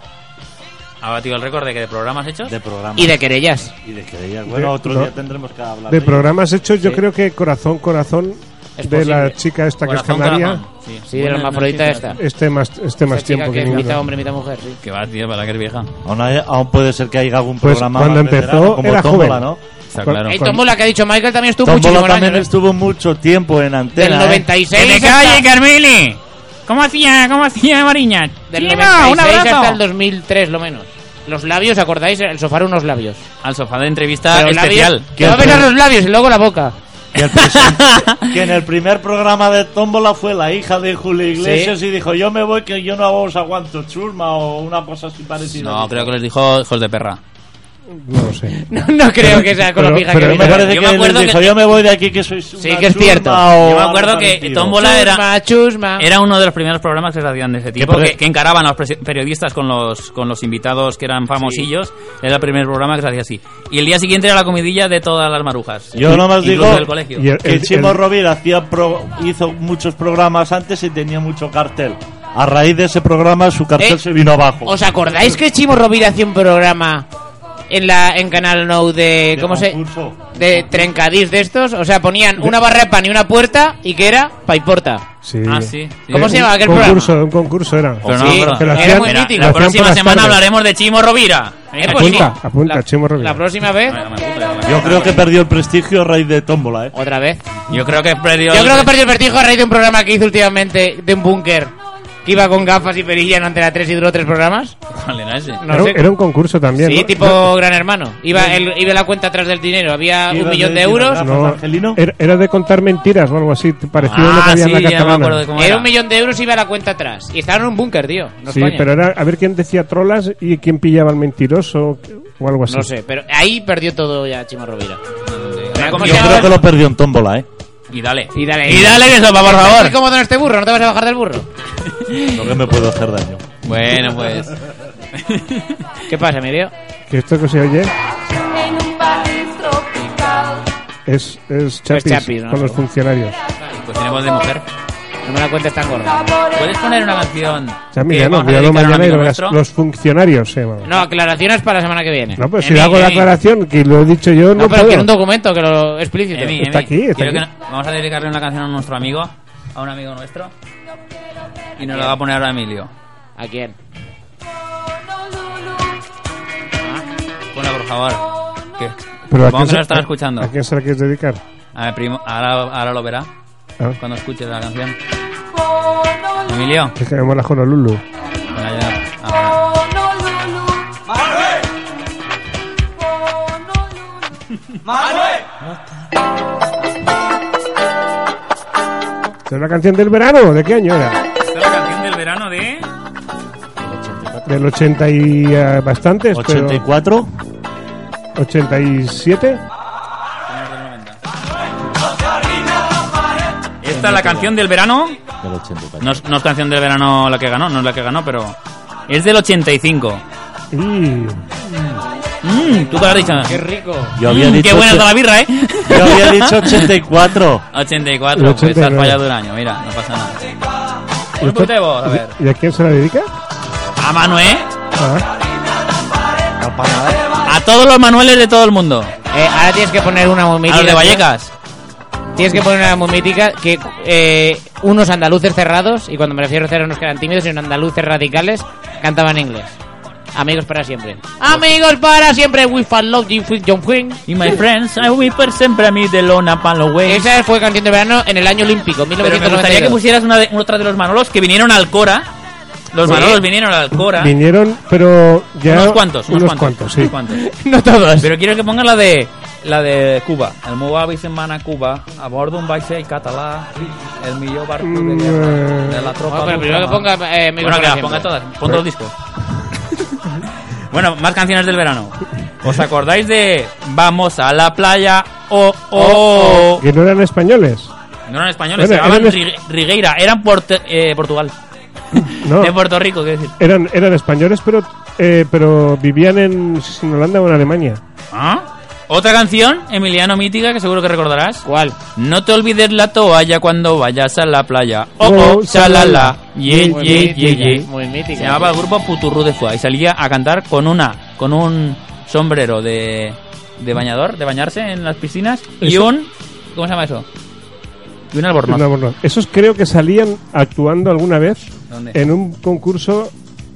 Speaker 6: Ha batido el récord de que de programas hechos.
Speaker 1: De programa.
Speaker 7: Y de querellas.
Speaker 1: Y de que ella- Bueno,
Speaker 2: De-
Speaker 1: otro
Speaker 2: no.
Speaker 1: día tendremos que hablar.
Speaker 2: De
Speaker 1: ello.
Speaker 2: programas hechos, yo
Speaker 7: Sí.
Speaker 2: creo que Corazón, Corazón.
Speaker 7: Es
Speaker 2: de la
Speaker 7: posible.
Speaker 2: chica esta que es
Speaker 6: Corazón,
Speaker 2: canaria.
Speaker 6: corazón. Sí,
Speaker 7: Sí, de la
Speaker 6: Buena
Speaker 7: hermafrodita
Speaker 6: noticia.
Speaker 7: esta.
Speaker 2: Este más, este más
Speaker 7: Esa chica
Speaker 2: tiempo
Speaker 7: que
Speaker 2: que
Speaker 7: es
Speaker 2: ninguno.
Speaker 7: mitad hombre, mitad mujer, sí.
Speaker 6: Que va, tío, para que eres vieja.
Speaker 1: Aún, hay- aún puede ser que haya algún
Speaker 2: Pues
Speaker 1: programa.
Speaker 2: cuando
Speaker 1: más veterano,
Speaker 2: empezó
Speaker 1: como
Speaker 2: era
Speaker 1: Tómbola,
Speaker 2: joven.
Speaker 1: ¿no?
Speaker 6: Está
Speaker 2: Cu-
Speaker 6: claro.
Speaker 7: Ey,
Speaker 2: cuando-
Speaker 7: Tombola, que ha dicho Michael, también estuvo
Speaker 1: Tómbola
Speaker 7: muchísimos
Speaker 1: también
Speaker 7: años. ¿eh?
Speaker 1: estuvo mucho tiempo en
Speaker 7: Del
Speaker 1: antena. ¿eh?
Speaker 7: 96
Speaker 6: ¡Que te
Speaker 7: hasta-
Speaker 6: calle, Carmili! ¿Cómo hacía, cómo hacía Mariña?
Speaker 7: Del
Speaker 6: Chiva,
Speaker 7: 96
Speaker 6: un abrazo.
Speaker 7: hasta el 2003, lo menos. Los labios, ¿acordáis? El sofá era unos labios.
Speaker 6: Al sofá de entrevista
Speaker 7: Pero
Speaker 6: especial.
Speaker 7: labios, te va a ver a los labios y luego la boca.
Speaker 1: Que, el presen- que en el primer programa de Tómbola fue la hija de Julio Iglesias y dijo: Yo me voy, que yo no os aguanto churma o una cosa así parecida.
Speaker 6: No, creo que les dijo hijos de perra.
Speaker 2: No lo sé.
Speaker 7: No, no creo que sea con lo
Speaker 2: pero-
Speaker 7: pija
Speaker 2: pero
Speaker 7: que
Speaker 1: Pero me
Speaker 7: viene.
Speaker 1: parece
Speaker 6: Yo
Speaker 1: que
Speaker 6: me acuerdo
Speaker 1: les dijo:
Speaker 6: que-
Speaker 1: Yo me voy de aquí, que sois una
Speaker 7: Sí, que es
Speaker 1: churma
Speaker 7: cierto.
Speaker 1: o
Speaker 6: Yo me
Speaker 1: algo
Speaker 6: acuerdo que
Speaker 1: parecido".
Speaker 6: Tómbola-
Speaker 7: Chusma,
Speaker 6: era-
Speaker 7: chusma.
Speaker 6: Era uno de los primeros programas que se hacían de ese tipo,
Speaker 1: porque-
Speaker 6: que, que encaraban a los presi- periodistas con los, con los invitados que eran famosillos. Era el primer programa que se hacía así. Y el día siguiente era la comidilla de todas las marujas.
Speaker 1: Yo nomás
Speaker 6: Incluso
Speaker 1: digo-
Speaker 6: del colegio.
Speaker 2: Y el-
Speaker 1: Que Chimo Rovira hacía pro- hizo muchos programas antes y tenía mucho cartel. A raíz de ese programa su cartel
Speaker 7: Eh,
Speaker 1: se vino abajo.
Speaker 7: ¿Os acordáis que Chimo Rovira hacía un programa en la en Canal Now de
Speaker 1: De
Speaker 7: cómo se
Speaker 1: concurso.
Speaker 7: de trencadís de estos? O sea, ponían una barra de pan y una puerta y que era paiporta.
Speaker 2: Sí.
Speaker 6: Ah, sí. sí.
Speaker 7: ¿Cómo se llamaba aquel
Speaker 2: un concurso,
Speaker 7: programa?
Speaker 2: Un concurso era.
Speaker 6: Pero no
Speaker 7: Sí,
Speaker 6: me acuerdo.
Speaker 2: que lo
Speaker 7: era
Speaker 2: hacían-
Speaker 7: muy
Speaker 6: Mira,
Speaker 7: mítico.
Speaker 6: la
Speaker 2: Lo hacían por
Speaker 6: próxima
Speaker 2: las
Speaker 6: semana
Speaker 2: tardes.
Speaker 6: hablaremos de Chimo Rovira. Eh, pues
Speaker 2: Apunta,
Speaker 6: sí.
Speaker 2: apunta,
Speaker 7: la,
Speaker 2: Chimo Rovira.
Speaker 7: La próxima vez,
Speaker 6: Bueno, me apunto.
Speaker 1: Yo creo que perdió el prestigio a raíz de Tómbola, ¿eh?
Speaker 7: otra vez.
Speaker 6: Yo creo que he perdido.
Speaker 7: Yo creo que perdí el vertigo a raíz de un programa que hizo últimamente de un búnker que iba con gafas y perilla en Antena 3 y duró tres programas.
Speaker 6: ¿Cuál era ese?
Speaker 7: No
Speaker 2: era,
Speaker 7: sé.
Speaker 2: un- era un concurso también.
Speaker 7: sí,
Speaker 2: ¿no?
Speaker 7: tipo Gran Hermano. Iba, el, iba la cuenta atrás del dinero. Había
Speaker 1: Iba
Speaker 7: un millón de
Speaker 1: de
Speaker 7: euros.
Speaker 1: dinero.
Speaker 2: No,
Speaker 1: ¿Angelino?
Speaker 2: era, era de contar mentiras o algo así, te pareció lo que
Speaker 6: Ah,
Speaker 2: había en
Speaker 6: sí,
Speaker 2: la
Speaker 6: ya me
Speaker 2: catalana.
Speaker 6: acuerdo de cómo
Speaker 7: Era
Speaker 6: era.
Speaker 7: un millón de euros y iba la cuenta atrás. Y estaba en un búnker, tío. No es
Speaker 2: sí,
Speaker 7: coña.
Speaker 2: pero era a ver quién decía trolas y quién pillaba al mentiroso o algo así.
Speaker 7: No sé, pero ahí perdió todo ya Chimo Rovira. ¿Cómo se
Speaker 1: Yo
Speaker 7: llama?
Speaker 1: creo que lo perdió en Tómbola, ¿eh?
Speaker 6: Y dale.
Speaker 7: Y dale.
Speaker 6: Y dale que sopa, por
Speaker 7: ¿Estás
Speaker 6: favor.
Speaker 7: incómodo en este burro? ¿No te vas a bajar del burro?
Speaker 1: No que me puedo hacer daño.
Speaker 6: Bueno, pues.
Speaker 7: ¿Qué pasa, Emilio?
Speaker 2: Que esto que se oye es, es chapis,
Speaker 7: chapis, ¿no?
Speaker 2: con los funcionarios.
Speaker 6: Pues tenemos de mujer.
Speaker 7: No me la cuentes tan gorda.
Speaker 6: ¿Puedes poner una canción?
Speaker 2: Ya
Speaker 6: que
Speaker 2: mira, no,
Speaker 6: vamos a
Speaker 2: míralo
Speaker 6: dedicar a un
Speaker 2: mañana y
Speaker 6: amigo
Speaker 2: lo verás.
Speaker 6: nuestro?
Speaker 2: Los funcionarios se llaman.
Speaker 7: No, aclaraciones para la semana que viene.
Speaker 2: No, pues si
Speaker 6: Emi,
Speaker 2: hago la
Speaker 6: Emi.
Speaker 2: aclaración, que lo he dicho yo, no,
Speaker 7: No, pero
Speaker 2: puedo.
Speaker 7: quiero un documento que lo explícito.
Speaker 6: Emi,
Speaker 2: Está
Speaker 6: Emi,
Speaker 2: aquí, está
Speaker 6: quiero que
Speaker 2: aquí.
Speaker 6: no- Vamos a dedicarle una canción a nuestro amigo, a un amigo nuestro. Y nos la va a poner ahora Emilio.
Speaker 7: ¿A quién?
Speaker 6: Ponla, por favor. ¿Qué?
Speaker 2: Pero ¿a
Speaker 6: Supongo
Speaker 2: quién
Speaker 6: que
Speaker 2: se-
Speaker 6: lo están
Speaker 2: a-
Speaker 6: escuchando.
Speaker 2: ¿A quién se la quieres dedicar?
Speaker 6: A ver, primo, ahora, ahora lo verá
Speaker 2: Ah,
Speaker 6: cuando escuche la canción. Emilio.
Speaker 2: es que me mola Honolulu.
Speaker 6: Venga, ya. Ahora.
Speaker 2: ¿Es una canción del verano? ¿De qué año era?
Speaker 6: Esta es la canción del verano de.
Speaker 2: Del 80 y eh, bastantes, pero...
Speaker 1: ¿84?
Speaker 2: 87.
Speaker 6: Esta es la canción del verano.
Speaker 1: Del 84.
Speaker 6: No, es- no es canción del verano la que ganó, no es la que ganó, pero. Es del 85.
Speaker 2: Y...
Speaker 6: Mm. Mmm, tú que lo has dicho.
Speaker 7: Qué rico.
Speaker 1: Yo había
Speaker 6: Mm,
Speaker 1: dicho
Speaker 6: Qué buena
Speaker 1: ocho-
Speaker 6: está la birra, ¿eh?
Speaker 1: Yo había dicho 84.
Speaker 6: 84, pues
Speaker 2: 89.
Speaker 6: has fallado un año, mira, no pasa nada. Un poquito de voz, a ver.
Speaker 2: ¿Y a quién se la dedica?
Speaker 6: A ¿eh? Manuel,
Speaker 2: Ah,
Speaker 6: a todos los Manueles de todo el mundo.
Speaker 7: Eh, ahora tienes que poner una muy
Speaker 6: A
Speaker 7: mítica.
Speaker 6: los de
Speaker 7: tío.
Speaker 6: Vallecas.
Speaker 7: Tienes que poner una muy mítica que eh, unos andaluces cerrados, y cuando me refiero a cerrados que eran tímidos, sino andaluces radicales, cantaban inglés. Amigos para siempre. Amigos para siempre, we fan love you, with John Quinn.
Speaker 6: Y my friends, I will be siempre a mí de Lona Paloway.
Speaker 7: Esa fue canción de verano en el año olímpico,
Speaker 6: Pero me gustaría que
Speaker 7: 1992.
Speaker 6: pusieras una de, otra de los Manolos que vinieron al Cora. Los
Speaker 7: Sí.
Speaker 6: Manolos vinieron al Cora.
Speaker 2: Ah, vinieron, pero ya.
Speaker 6: unos cuantos, unos, cuantos.
Speaker 2: sí.
Speaker 6: unos cuantos.
Speaker 7: No todos.
Speaker 6: Pero quiero que pongas la de la de Cuba. El meu avi se'n va anar a Cuba, a bordo un vaixell català, el millor barco de
Speaker 2: Mm.
Speaker 6: guerra de la tropa.
Speaker 7: Bueno, pero primero que
Speaker 6: d'Ucramà.
Speaker 7: ponga, eh, Amigos
Speaker 6: bueno, que las
Speaker 7: para siempre.
Speaker 6: ponga todas, pon todos los discos. bueno, más canciones del verano. ¿Os acordáis de Vamos a la playa? Oh, oh, oh.
Speaker 2: Que no eran españoles.
Speaker 6: No eran españoles,
Speaker 2: Bueno,
Speaker 6: se llamaban
Speaker 2: eran
Speaker 6: Ri- Rigueira, eran porte- eh, Portugal.
Speaker 2: No.
Speaker 6: De Puerto Rico, quiero decir.
Speaker 2: Eran, eran españoles, pero, eh, pero vivían en, no sé si en Holanda o en Alemania.
Speaker 6: ¿Ah? Otra canción, Emiliano Mítica, que seguro que recordarás.
Speaker 7: ¿Cuál?
Speaker 6: No te olvides la toalla cuando vayas a la playa. Oh,
Speaker 2: Oh,
Speaker 6: oh, chalala. Ye,
Speaker 7: Muy
Speaker 6: ye,
Speaker 7: mítica,
Speaker 6: ye, ye.
Speaker 7: Muy mítica.
Speaker 6: Se llamaba el grupo Puturru de Fua y salía a cantar con una, con un sombrero de, de bañador, de bañarse en las piscinas y un, ¿cómo se llama eso? Y un albornoz.
Speaker 2: No, no. Esos creo que salían actuando alguna vez
Speaker 6: ¿Dónde?
Speaker 2: en un concurso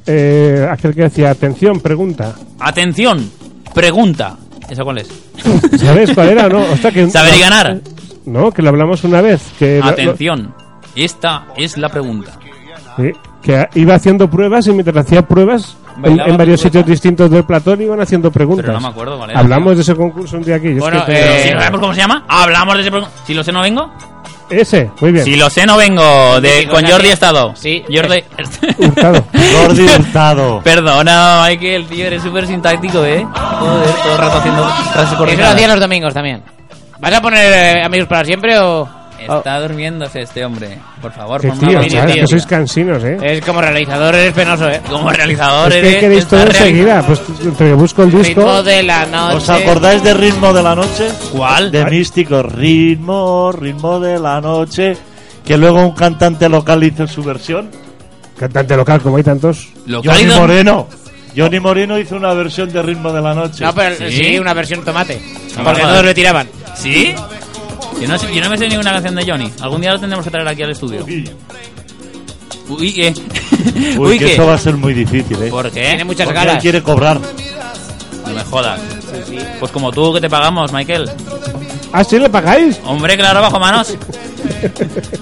Speaker 2: eh, aquel que decía atención, pregunta.
Speaker 6: Atención, pregunta. ¿Esa cuál es?
Speaker 2: ¿Sabes cuál era? No, Hostia, que,
Speaker 6: Saber y ganar.
Speaker 2: No, que lo hablamos una vez.
Speaker 7: Eh,
Speaker 2: Que lo- lo-
Speaker 6: Atención, esta es la pregunta.
Speaker 2: Sí, que iba haciendo pruebas y mientras hacía pruebas en,
Speaker 6: Bailaba
Speaker 2: en varios
Speaker 6: pirueta.
Speaker 2: sitios distintos del platón iban haciendo preguntas.
Speaker 6: Pero no me acuerdo cuál era.
Speaker 2: Hablamos de ese concurso un día aquí. yo
Speaker 7: Bueno,
Speaker 2: es que tengo-
Speaker 7: eh,
Speaker 6: Si no sabemos cómo se llama, hablamos de ese pro- Si lo sé, no vengo.
Speaker 2: Ese, muy bien.
Speaker 6: Si lo sé, no vengo. De, con Jordi Estado.
Speaker 7: Sí.
Speaker 6: Jordi.
Speaker 2: Hurtado.
Speaker 1: Jordi Hurtado.
Speaker 6: Perdona, Michael, tío, eres súper sintáctico, ¿eh? Joder, todo el rato haciendo frases
Speaker 7: Eso lo hacían
Speaker 6: coordinadas.
Speaker 7: los domingos también. ¿Vas a poner eh, Amigos para siempre o...?
Speaker 6: Está durmiéndose este hombre. Por favor,
Speaker 2: Qué
Speaker 6: por
Speaker 2: tío,
Speaker 6: favor.
Speaker 2: chavales, que sois cansinos, ¿eh?
Speaker 7: Oh. Es como realizador, es penoso, ¿eh?
Speaker 6: Como realizador
Speaker 2: Es
Speaker 6: eres...
Speaker 2: que queréis todo
Speaker 6: estás reali-
Speaker 2: enseguida. Pues te- te busco el disco.
Speaker 7: Ritmo de la noche.
Speaker 1: ¿Os acordáis de Ritmo de la Noche?
Speaker 6: ¿Cuál?
Speaker 1: De místico. Ritmo, ritmo de la noche. Que luego un cantante local hizo su versión.
Speaker 2: Cantante local, como hay tantos.
Speaker 1: Johnny
Speaker 6: Localizador.
Speaker 1: Moreno. Johnny Moreno hizo una versión de Ritmo de la Noche.
Speaker 7: No, pero sí,
Speaker 6: Sí.
Speaker 7: una versión tomate.
Speaker 6: Ah,
Speaker 7: Porque
Speaker 6: vale.
Speaker 7: todos le tiraban.
Speaker 6: ¿Sí? Yo no, sé- yo no me sé ni una canción de Johnny. Algún día lo tendremos que traer aquí al estudio.
Speaker 1: Uy,
Speaker 6: Uy, ¿qué?
Speaker 1: uy,
Speaker 6: Uy, Pues,
Speaker 1: que
Speaker 6: ¿qué?
Speaker 1: esto va a ser muy difícil, ¿eh?
Speaker 6: ¿Por qué?
Speaker 7: Tiene muchas
Speaker 1: Porque él
Speaker 7: galas.
Speaker 1: quiere cobrar.
Speaker 6: No me jodas. Pues como tú, que te pagamos, Michael.
Speaker 2: Ah, sí, le pagáis.
Speaker 6: Hombre, claro, bajo manos.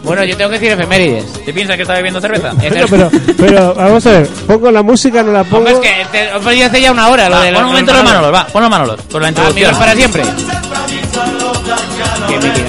Speaker 7: Bueno, yo tengo que decir efemérides.
Speaker 6: ¿Te piensas que está bebiendo cerveza?
Speaker 2: Bueno, pero, pero vamos a ver. Pongo la música, no la pongo.
Speaker 7: Hombre, es que te, os pedí hace ya una hora lo
Speaker 6: Va,
Speaker 7: de
Speaker 6: pon
Speaker 7: los
Speaker 6: un momento los
Speaker 7: hermanos.
Speaker 6: Manolos, va, pon los Ah, Manolos, con la introducción.
Speaker 7: Amigos para siempre. Qué mítica.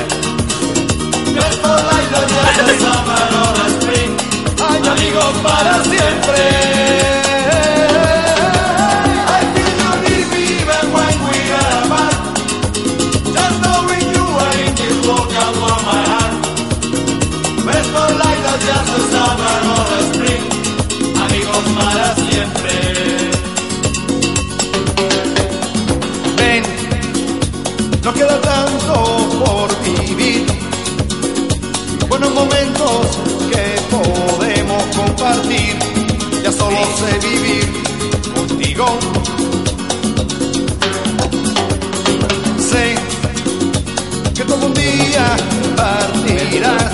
Speaker 4: Ven, no queda tanto por vivir. Buenos momentos que podemos compartir. Ya solo sé vivir contigo. Sé que todo un día partirás,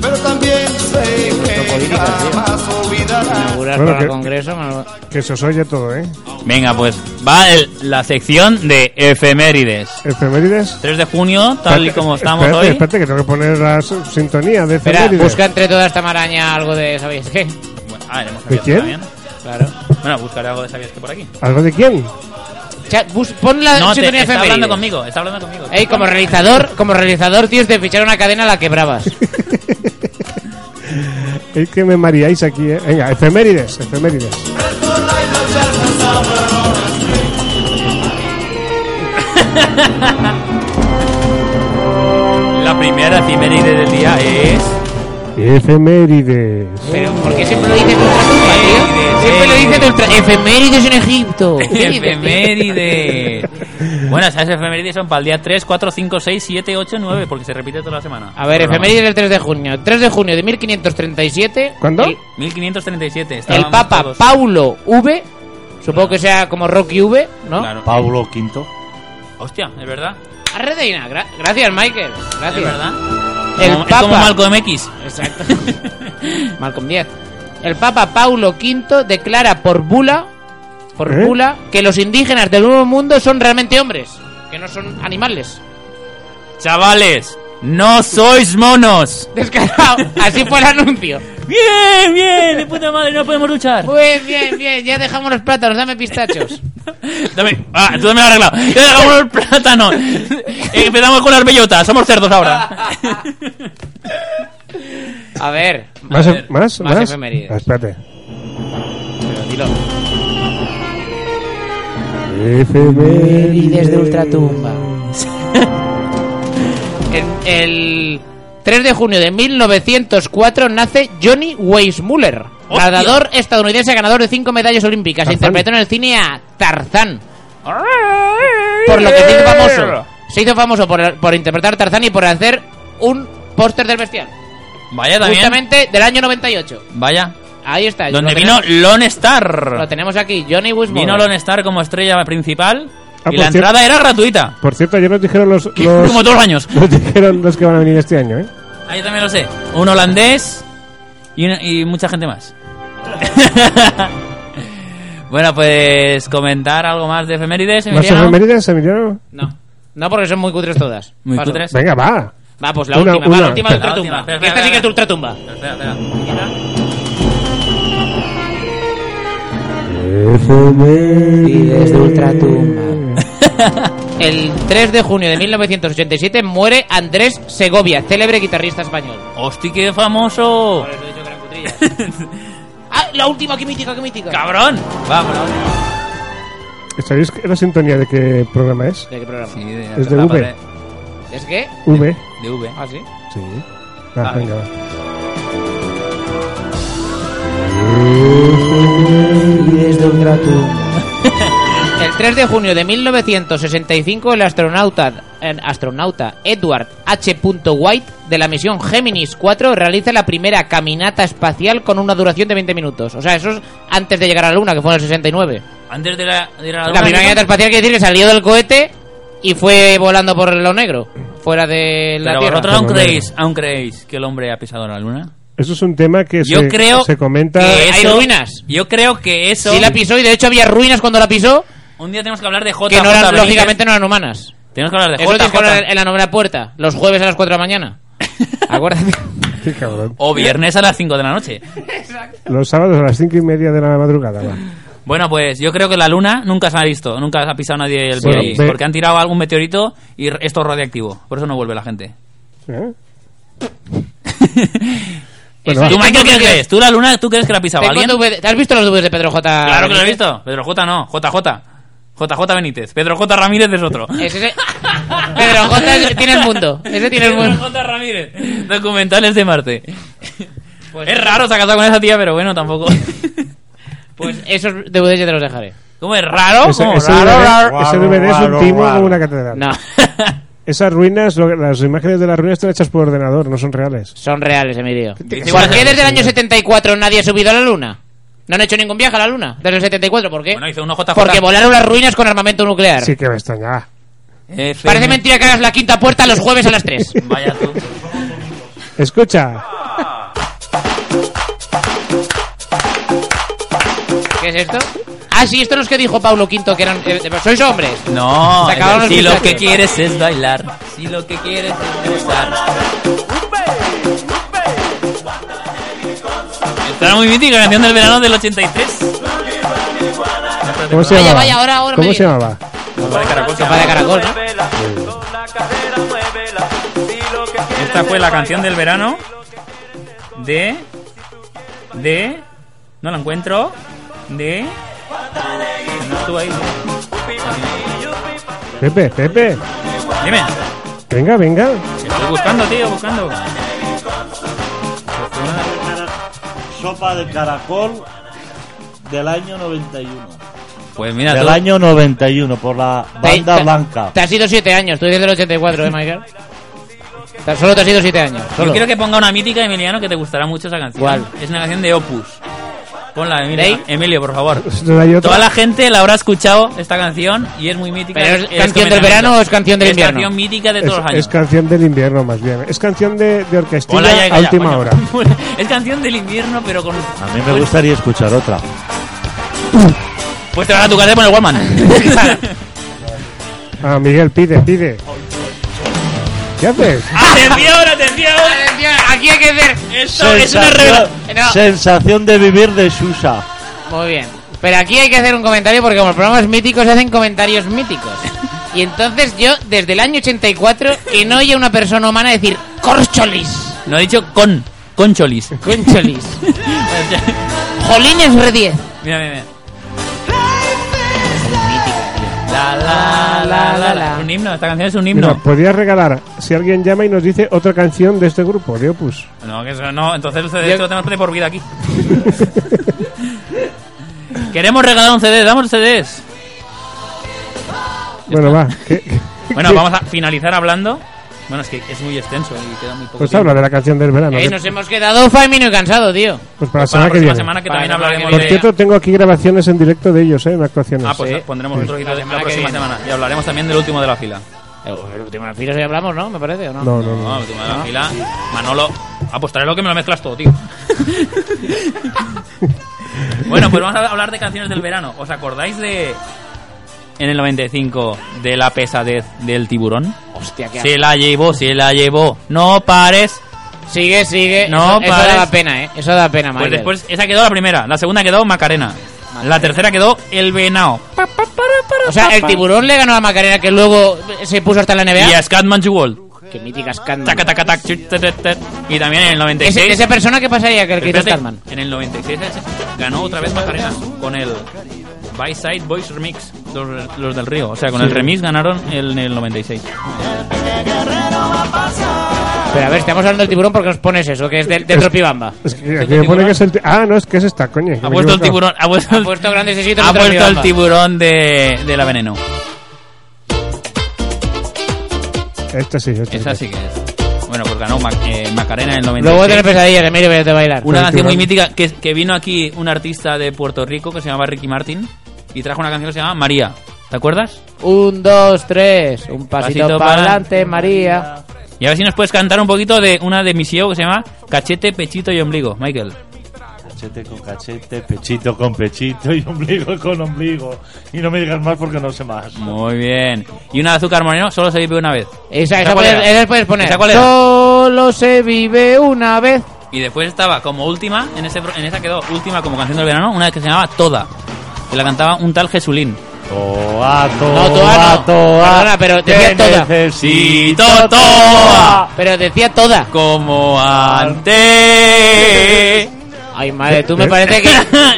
Speaker 4: pero también sé que
Speaker 7: política, tío.
Speaker 4: jamás olvidarás.
Speaker 7: Inaugurar
Speaker 2: Bueno,
Speaker 7: para el
Speaker 2: que-
Speaker 7: Congreso. Manolo.
Speaker 2: Que se os oye todo, ¿eh?
Speaker 6: Venga, pues va el- la sección de efemérides.
Speaker 2: Efemérides.
Speaker 6: 3 de junio, tal y
Speaker 2: Espérate,
Speaker 6: como estamos
Speaker 2: espérate,
Speaker 6: hoy.
Speaker 2: Espérate, que tengo que poner la su- sintonía de
Speaker 7: Espera,
Speaker 2: efemérides.
Speaker 7: busca entre toda esta maraña algo de... ¿Sabéis qué?
Speaker 6: Bueno, ah, veremos
Speaker 2: ¿De quién?
Speaker 6: también.
Speaker 7: Claro.
Speaker 6: Bueno, buscaré algo de sabías que por aquí.
Speaker 2: ¿Algo de quién?
Speaker 7: Cha- bus- pon la
Speaker 6: No, te-
Speaker 7: sintonía
Speaker 6: está
Speaker 7: Ah, efemérides.
Speaker 6: hablando conmigo, está hablando conmigo.
Speaker 7: Ey, como realizador, como realizador, tío, es de fichar una cadena a la quebrabas.
Speaker 2: Es que me mareáis aquí, ¿eh? Venga, efemérides, efemérides.
Speaker 6: La primera efeméride del día es
Speaker 2: Efemérides.
Speaker 7: Pero, ¿por qué siempre lo dices ultra tumba, tío? Siempre lo dices ultra... Efemérides en Egipto.
Speaker 6: Efemérides. bueno, esas efemérides son para el día 3, 4, 5, 6, 7, 8, 9, porque se repite toda la semana.
Speaker 7: A ver, efemérides del 3 de junio. 3 de junio de 1537.
Speaker 2: ¿Cuándo?
Speaker 7: El,
Speaker 6: 1537.
Speaker 7: el
Speaker 6: estábamos
Speaker 7: Papa
Speaker 6: todos-
Speaker 7: Paulo V, supongo que sea como Rocky V, ¿no?
Speaker 6: Claro.
Speaker 10: Pablo V.
Speaker 6: Hostia, es verdad.
Speaker 7: Arredeina, gra- gracias Michael, gracias.
Speaker 6: Es verdad.
Speaker 7: El
Speaker 6: Como-
Speaker 7: Papa.
Speaker 6: Es como Malcolm X.
Speaker 7: Exacto. Malcolm 10. El Papa Paulo V declara por bula, por
Speaker 2: ¿Eh?
Speaker 7: bula, que los indígenas del Nuevo Mundo son realmente hombres, que no son animales.
Speaker 6: Chavales, no sois monos.
Speaker 7: Descarado. Así fue el anuncio.
Speaker 6: Bien, bien, de puta madre, no podemos luchar.
Speaker 7: Pues bien, bien, ya dejamos los plátanos, dame pistachos.
Speaker 6: Dame, ah, tú dame el arreglado. Yo dejamos el plátano. Eh, Empezamos con las bellotas, somos cerdos ahora.
Speaker 7: A ver,
Speaker 2: ¿Más?
Speaker 6: A
Speaker 2: e-
Speaker 6: ver,
Speaker 2: ¿Más?
Speaker 7: más
Speaker 2: ¿Más?
Speaker 7: efemérides.
Speaker 2: Ah, espérate.
Speaker 7: pero dilo.
Speaker 2: Efemérides
Speaker 7: de ultratumba. El, el 3 de junio de 1904 nace Johnny Weissmuller,
Speaker 6: ¡Hostia!
Speaker 7: nadador estadounidense ganador de 5 medallas olímpicas.
Speaker 2: Tarzán.
Speaker 7: Interpretó en el cine a Tarzán, por lo que se hizo
Speaker 6: ¡Eh!
Speaker 7: famoso. Se hizo famoso por, por interpretar a Tarzán y por hacer un póster del bestial.
Speaker 6: Vaya también.
Speaker 7: Justamente del año 98.
Speaker 6: Vaya.
Speaker 7: Ahí está.
Speaker 6: Donde
Speaker 7: lo
Speaker 6: vino
Speaker 7: tenemos-
Speaker 6: Lone
Speaker 7: Lo
Speaker 6: Star.
Speaker 7: tenemos aquí, Johnny Weissmuller.
Speaker 6: Vino Lone Star como estrella principal.
Speaker 2: Ah,
Speaker 6: y
Speaker 2: por
Speaker 6: la
Speaker 2: cierto.
Speaker 6: entrada era gratuita.
Speaker 2: Por cierto, ayer nos dijeron los, los,
Speaker 6: Como todos los años.
Speaker 2: nos dijeron los que van a venir este año, ¿eh?
Speaker 6: Ah, yo también lo sé. Un holandés y, una- y mucha gente más. bueno, pues comentar algo más de efemérides,
Speaker 2: ¿Más
Speaker 6: Emiliano.
Speaker 2: efemérides, Emiliano?
Speaker 7: No. No, porque son muy cutres todas.
Speaker 6: Muy
Speaker 7: Paso.
Speaker 6: cutres.
Speaker 2: Venga, va.
Speaker 7: Va, pues la
Speaker 2: Una,
Speaker 7: última, va,
Speaker 2: una.
Speaker 7: la última
Speaker 6: La última,
Speaker 7: de ultratumba.
Speaker 6: espera,
Speaker 7: Que Esta
Speaker 6: espera,
Speaker 7: sí que es
Speaker 6: espera.
Speaker 7: ultratumba.
Speaker 6: Espera, espera.
Speaker 2: Efemérides
Speaker 7: de ultratumba. El 3 de junio de 1987 muere Andrés Segovia, célebre guitarrista español.
Speaker 6: Hosti, qué famoso.
Speaker 7: Ah, la última, qué mítica, qué mítica.
Speaker 6: Cabrón. Vamos, la última.
Speaker 2: ¿Sabéis la sintonía de qué programa es?
Speaker 7: ¿De qué programa?
Speaker 6: Sí,
Speaker 2: Es de
Speaker 6: la
Speaker 2: V.
Speaker 6: pared-
Speaker 7: ¿Es qué?
Speaker 2: V.
Speaker 6: De V.
Speaker 7: Ah, sí.
Speaker 2: Sí. Ah,
Speaker 6: Vale.
Speaker 2: venga, va.
Speaker 7: El 3 de junio de 1965 el astronauta, el astronauta Edward H. White de la misión Géminis 4 realiza la primera caminata espacial con una duración de 20 minutos. O sea, eso es antes de llegar a la Luna, que fue en el 69.
Speaker 6: Antes de la, de la,
Speaker 7: La primera caminata espacial quiere decir que salió del cohete y fue volando por lo negro, fuera de la
Speaker 6: Pero
Speaker 7: Tierra.
Speaker 6: vosotros aún
Speaker 2: Pero bueno.
Speaker 6: creéis, aún creéis que el hombre ha pisado la luna.
Speaker 2: Eso es un tema que
Speaker 6: Yo
Speaker 2: se,
Speaker 6: creo
Speaker 2: se comenta.
Speaker 6: que
Speaker 7: Hay
Speaker 6: eso-
Speaker 7: ruinas.
Speaker 6: Yo creo que eso.
Speaker 7: Sí la pisó y de hecho había ruinas cuando la pisó
Speaker 6: Un día tenemos que hablar de J.
Speaker 7: que no eran, lógicamente no eran humanas.
Speaker 6: Tenemos que hablar de
Speaker 7: Eso lo
Speaker 6: J.
Speaker 7: tienes que hablar en la novela puerta, los jueves a las 4 de la mañana. Acuérdate.
Speaker 2: Qué cabrón.
Speaker 6: O viernes a las 5 de la noche.
Speaker 2: Los sábados a las cinco y media de la madrugada. va.
Speaker 6: Bueno, pues yo creo que la luna nunca se ha visto, nunca ha pisado nadie el
Speaker 2: Sí,
Speaker 6: por ahí,
Speaker 2: ve-
Speaker 6: porque han tirado algún meteorito y r- esto es radiactivo, por eso no vuelve la gente.
Speaker 2: ¿Eh?
Speaker 6: Eso-
Speaker 2: va.
Speaker 6: ¿Tú, Michael, qué
Speaker 7: Tengo
Speaker 6: crees? ¿Tú la luna, tú crees que la ha pisado
Speaker 7: Tengo
Speaker 6: alguien?
Speaker 7: DVD. ¿Has visto los DVDs de Pedro J?
Speaker 6: Claro que lo he visto. Pedro J no, JJ. JJ Benítez. Pedro J Ramírez es otro.
Speaker 7: Es ese- Pedro J es- tiene el mundo. Ese tiene el
Speaker 6: Pedro
Speaker 7: mundo.
Speaker 6: J Ramírez. Documentales de Marte. es raro se ha casado con esa tía, pero bueno, tampoco.
Speaker 7: Pues esos DVDs ya te los dejaré.
Speaker 6: ¿Cómo es raro?
Speaker 2: Ese,
Speaker 6: ¿Cómo?
Speaker 2: ese
Speaker 6: raro,
Speaker 2: DVD,
Speaker 6: raro.
Speaker 2: ese DVD es un
Speaker 10: raro,
Speaker 2: timo
Speaker 10: raro.
Speaker 2: como una catedral.
Speaker 7: No,
Speaker 2: Esas ruinas, lo- las imágenes de las ruinas están hechas por ordenador, no son reales.
Speaker 7: son reales, Emilio. ¿Por
Speaker 6: Dice una-
Speaker 7: qué desde el año 74 nadie ha subido a la luna? No han hecho ningún viaje a la luna desde el 74, ¿por qué?
Speaker 6: Bueno, hizo uno JJ.
Speaker 7: Porque volaron las ruinas con armamento nuclear.
Speaker 2: Sí que me extraña.
Speaker 6: F-
Speaker 7: Parece mentira que hagas la quinta puerta los jueves a las 3.
Speaker 6: Vaya tú.
Speaker 2: Escucha,
Speaker 7: ¿Qué es esto? Ah, sí, esto es lo que dijo Pablo V, que eran... eh, eh, sois hombres.
Speaker 6: No,
Speaker 7: Se acabaron los
Speaker 6: si lo
Speaker 7: pistachos.
Speaker 6: que quieres es bailar, si lo que quieres es gozar. Está muy mítica, canción del verano del 83.
Speaker 2: ¿cómo se
Speaker 7: Vaya,
Speaker 2: llamaba?
Speaker 7: vaya, ahora, ahora
Speaker 2: ¿Cómo
Speaker 7: me
Speaker 2: se
Speaker 7: diré.
Speaker 2: llamaba?
Speaker 6: Sopa de caracol,
Speaker 7: Sopa de caracol, ¿no?
Speaker 6: Esta fue la canción del verano de. de. no la encuentro. de. no estuvo ahí.
Speaker 2: Pepe, Pepe.
Speaker 6: Dime,
Speaker 2: Venga, venga.
Speaker 6: estoy buscando, tío, buscando.
Speaker 1: sopa de caracol del año 91.
Speaker 6: Pues mira,
Speaker 1: del
Speaker 6: tú-
Speaker 1: año 91, por la banda
Speaker 7: Te- te-
Speaker 1: blanca.
Speaker 7: Te has ido 7 años, tú dices del 84, ¿eh, Michael? Tan solo te has ido 7 años.
Speaker 6: Yo
Speaker 7: solo.
Speaker 6: quiero que ponga una mítica, Emiliano, que te gustará mucho esa canción.
Speaker 7: ¿Cuál?
Speaker 6: Es una canción de Opus. Ponla, Emilio,
Speaker 7: ¿Ley?
Speaker 6: Emilio por favor.
Speaker 2: No hay otra.
Speaker 6: Toda la gente la habrá escuchado esta canción y es muy mítica.
Speaker 7: ¿Pero es
Speaker 6: Y
Speaker 7: canción del
Speaker 6: comentada.
Speaker 7: verano o es canción del
Speaker 6: Es
Speaker 7: invierno?
Speaker 6: canción mítica de
Speaker 2: Es,
Speaker 6: todos los años.
Speaker 2: es canción del invierno, más bien. Es canción de, de orquestilla
Speaker 6: Ponla ya,
Speaker 2: a
Speaker 6: ya, ya,
Speaker 2: última
Speaker 6: coño. Pues,
Speaker 2: hora.
Speaker 6: es canción del invierno, pero con.
Speaker 1: A mí me gustaría escuchar otra.
Speaker 6: Pues te vas a tu casa y pones Wallman.
Speaker 2: Ah, Miguel, pide, pide. ¿Qué haces?
Speaker 6: Ah, ¡Atención, atención!
Speaker 7: Atención, Aquí hay que hacer.
Speaker 6: Esto es una
Speaker 1: Sensación,
Speaker 6: revelación.
Speaker 7: No.
Speaker 1: sensación de vivir de Susa.
Speaker 7: Muy bien. Pero aquí hay que hacer un comentario porque como los programas míticos se hacen comentarios míticos. Y entonces yo, desde el año 84, que no oye a una persona humana decir corcholis.
Speaker 6: No he dicho con. Concholis.
Speaker 7: Concholis. Jolines Rediez.
Speaker 6: Mira, mira, mira. La, la, la, la, la. Un himno, esta canción es un
Speaker 2: Mira,
Speaker 6: himno.
Speaker 2: podías regalar, si alguien llama y nos dice otra canción de este grupo, de Opus.
Speaker 6: No, que eso no. Entonces el CD este lo tenemos de por vida aquí. Queremos regalar un CD, damos CDs.
Speaker 2: Bueno, va. ¿qué-
Speaker 6: Bueno,
Speaker 2: qué-
Speaker 6: vamos a finalizar hablando. Bueno, es que es muy extenso y queda muy poco.
Speaker 2: Pues
Speaker 6: tiempo.
Speaker 2: habla de la canción del verano.
Speaker 7: Eh,
Speaker 2: que-
Speaker 7: nos hemos quedado Faimino y cansado, tío.
Speaker 2: Pues para la
Speaker 6: Para
Speaker 2: semana que
Speaker 6: la próxima
Speaker 2: viene.
Speaker 6: semana que
Speaker 7: Para
Speaker 6: también
Speaker 7: la semana que
Speaker 6: hablaremos
Speaker 2: Por
Speaker 6: de.
Speaker 2: cierto, tengo aquí grabaciones en directo de ellos, ¿eh? En actuaciones.
Speaker 6: Ah, pues
Speaker 7: Sí.
Speaker 6: pondremos otro hilo de
Speaker 7: semana
Speaker 6: la
Speaker 7: que
Speaker 6: próxima
Speaker 7: viene.
Speaker 6: semana y hablaremos también del último de la fila.
Speaker 7: El, Eh, el último filo ya hablamos, ¿no? Me parece, ¿o no?
Speaker 2: No, no,
Speaker 6: No,
Speaker 2: no.
Speaker 6: el último de
Speaker 7: Ah.
Speaker 6: la fila. Manolo, apostaré lo que me lo mezclas todo, tío. bueno, pues vamos a hablar de canciones del verano. ¿Os acordáis de en el 95 de la pesadez del tiburón?
Speaker 7: Hostia, qué
Speaker 6: Se la llevó, se la llevó. No pares.
Speaker 7: Sigue, sigue.
Speaker 6: No,
Speaker 7: eso, eso
Speaker 6: pares.
Speaker 7: da pena, ¿eh? Eso da pena,
Speaker 6: Pues
Speaker 7: Michael.
Speaker 6: después esa quedó la primera, la segunda quedó Macarena. La tercera quedó El Venao.
Speaker 7: o sea, el tiburón le ganó a Macarena que luego se puso hasta la
Speaker 6: Y
Speaker 7: NBA.
Speaker 6: a Scatman Jewel.
Speaker 7: Qué mítica Scatman.
Speaker 6: Taca, taca, tac, chu, ta, ta, ta. Y también en el
Speaker 7: Ese-
Speaker 6: 96.
Speaker 7: esa persona que pasaría que el quitó
Speaker 6: Espérate,
Speaker 7: Scatman.
Speaker 6: En el 96 ganó otra vez Macarena con el By Side Boys Remix, los, los del Río. O sea, con el remix ganaron el- en el 96.
Speaker 7: Pero a ver, estamos hablando del tiburón porque nos pones eso, que es del, del Tropibamba.
Speaker 2: Es que aquí me pone que es el. ti- Ah, no, es que es esta, coño. que
Speaker 6: ¿Este Ha
Speaker 2: me he
Speaker 6: puesto el
Speaker 2: equivocado.
Speaker 6: tiburón, ha puesto
Speaker 7: Ha
Speaker 6: el,
Speaker 7: puesto grandes éxitos
Speaker 6: ha
Speaker 7: de
Speaker 6: puesto el
Speaker 7: Tropibamba.
Speaker 6: tiburón de, de la veneno.
Speaker 2: Esta Este sí, esta
Speaker 6: Esa sí que es. Bueno, pues ganó Ma- eh, Macarena en el
Speaker 7: Luego
Speaker 6: 96.
Speaker 7: tener pesadillas, Emilio, vete a bailar.
Speaker 6: Una canción muy
Speaker 2: tiburón.
Speaker 6: mítica que, que vino aquí un artista de Puerto Rico que se llamaba Ricky Martin y trajo una canción que se llama María. ¿Te acuerdas?
Speaker 7: Un, dos, tres. Un pasito,
Speaker 6: Pasito
Speaker 7: para
Speaker 6: para-
Speaker 7: adelante, María.
Speaker 6: Y a ver si nos puedes cantar un poquito de una de Misio que se llama Cachete, Pechito y Ombligo, Michael.
Speaker 1: Cachete con cachete, pechito con pechito y ombligo con ombligo. Y no me digas más porque no sé más.
Speaker 6: Muy bien. Y una de azúcar moreno solo se vive una vez.
Speaker 7: Esa, esa,
Speaker 6: cuál
Speaker 7: puedes,
Speaker 6: era?
Speaker 7: esa puedes poner.
Speaker 6: ¿Esa cuál era?
Speaker 7: Solo se vive una vez.
Speaker 6: Y después estaba como última, en, ese, pro- en esa quedó última como canción del verano, una que se llamaba Toda. Que la cantaba un tal Jesulín.
Speaker 1: Toa, toa,
Speaker 7: No, toa no.
Speaker 1: toa,
Speaker 7: Perdona, pero
Speaker 1: que
Speaker 7: decía toda.
Speaker 1: necesito
Speaker 6: toa
Speaker 7: Pero decía toda.
Speaker 6: como antes.
Speaker 7: Ay, madre, tú me parece que.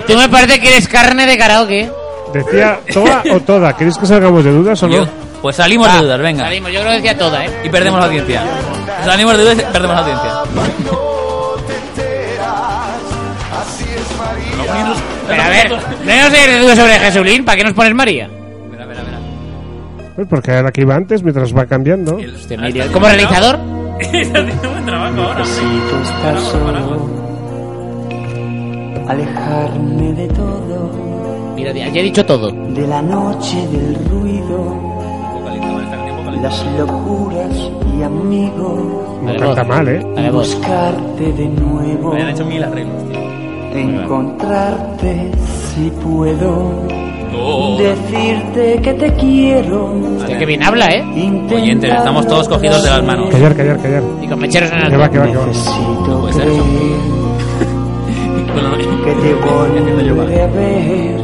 Speaker 7: tú me parece que eres carne de karaoke.
Speaker 2: Decía toda o toda. ¿Queréis que salgamos de dudas o
Speaker 6: Yo-
Speaker 2: no?
Speaker 6: pues salimos
Speaker 7: Va,
Speaker 6: de dudas, venga.
Speaker 7: Ah, Salimos, yo creo que decía toda, eh.
Speaker 6: Y perdemos la audiencia. Salimos de dudas y perdemos la audiencia.
Speaker 7: Pero a ver, no nos de dudas sobre Jesulín, ¿para qué nos pones María?
Speaker 6: Espera, espera, espera.
Speaker 2: Pues porque ahora que iba antes, mientras va cambiando.
Speaker 6: El-
Speaker 7: Hostia,
Speaker 6: Ah,
Speaker 7: Emilio, ¿eh?
Speaker 6: está
Speaker 7: Como
Speaker 6: bien, ¿no?
Speaker 7: realizador,
Speaker 6: Está haciendo buen trabajo ahora.
Speaker 4: Alejarme de todo,
Speaker 7: mira, ya he dicho todo.
Speaker 4: de la noche, del ruido, las locuras y amigos.
Speaker 2: No canta mal, ¿eh?
Speaker 7: Dale voz.
Speaker 4: Buscarte de nuevo,
Speaker 6: Me han hecho mil arreglos, tío.
Speaker 4: encontrarte si puedo, decirte que te quiero.
Speaker 7: Hostia, que bien habla, eh.
Speaker 6: Oyentes, estamos todos cogidos de las manos.
Speaker 2: Callar, callar, callar.
Speaker 7: Y con mecheros en
Speaker 2: Que va,
Speaker 7: el.
Speaker 2: que va, que va.
Speaker 4: Necesito
Speaker 6: Pues
Speaker 4: creer
Speaker 6: eso.
Speaker 4: que te volveré a ver,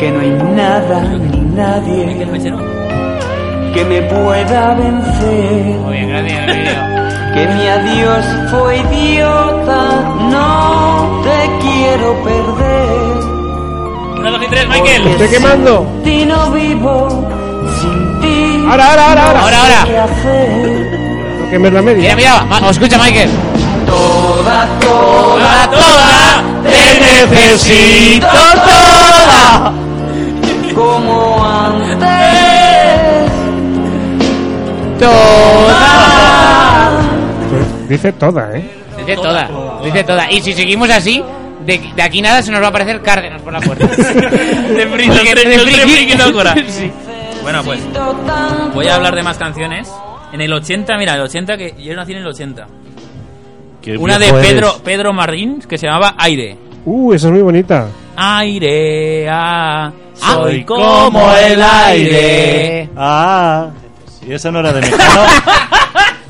Speaker 4: que no hay nada ni nadie que me pueda vencer.
Speaker 7: Muy bien, gracias, Emilio.
Speaker 4: Que mi adiós fue idiota, no te quiero perder.
Speaker 6: Una, dos y tres, Michael.
Speaker 2: ¡Estoy quemando!
Speaker 4: Sin ti no vivo, sin ti
Speaker 2: ¡Ahora, ahora, ahora! ahora.
Speaker 7: Ahora, ahora.
Speaker 4: qué hacer.
Speaker 2: Que me la
Speaker 7: Mira,
Speaker 2: media.
Speaker 7: mira, ma- escucha, Michael.
Speaker 5: toda, toda, toda, te necesito toda, como antes, toda.
Speaker 2: Dice toda, ¿eh?
Speaker 7: Dice toda, dice toda. Y si seguimos así, de, de aquí nada se nos va a aparecer Cárdenas por la puerta. de friki,
Speaker 6: Los tres-
Speaker 7: de
Speaker 6: los tres
Speaker 7: friki.
Speaker 6: friki locura.
Speaker 7: Sí.
Speaker 6: Bueno, pues voy a hablar de más canciones. En el 80, mira, el 80 que yo nací en el 80.
Speaker 1: Qué
Speaker 6: Una de
Speaker 1: viejo eres.
Speaker 6: Pedro Pedro Martín que se llamaba Aire.
Speaker 2: Uh, esa es muy bonita.
Speaker 6: Aire, ah, soy
Speaker 10: Ah.
Speaker 6: como el aire.
Speaker 10: Ah, y esa no era de Mecano.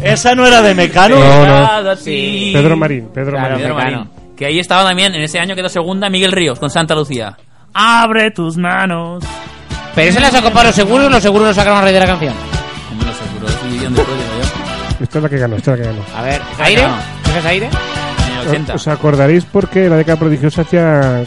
Speaker 10: esa no era de Mecano.
Speaker 2: No,
Speaker 6: Pegado a ti.
Speaker 2: Pedro Marín, Pedro
Speaker 6: Claro,
Speaker 2: Marín.
Speaker 6: Pedro Marín. Que ahí estaba también, en ese año quedó segunda Miguel Ríos con Santa Lucía. Abre tus manos.
Speaker 7: Pero esa la sacó para los seguros, los seguros sacaron a raíz de la canción.
Speaker 6: Hombre, lo seguro, es un millón después, digo yo.
Speaker 2: Esta es la que ganó, esta es la que ganó.
Speaker 7: A ver, ¿aire?
Speaker 6: no.
Speaker 7: ¿Esa es aire?
Speaker 6: En el 80.
Speaker 2: Os acordaréis porque la década prodigiosa hacía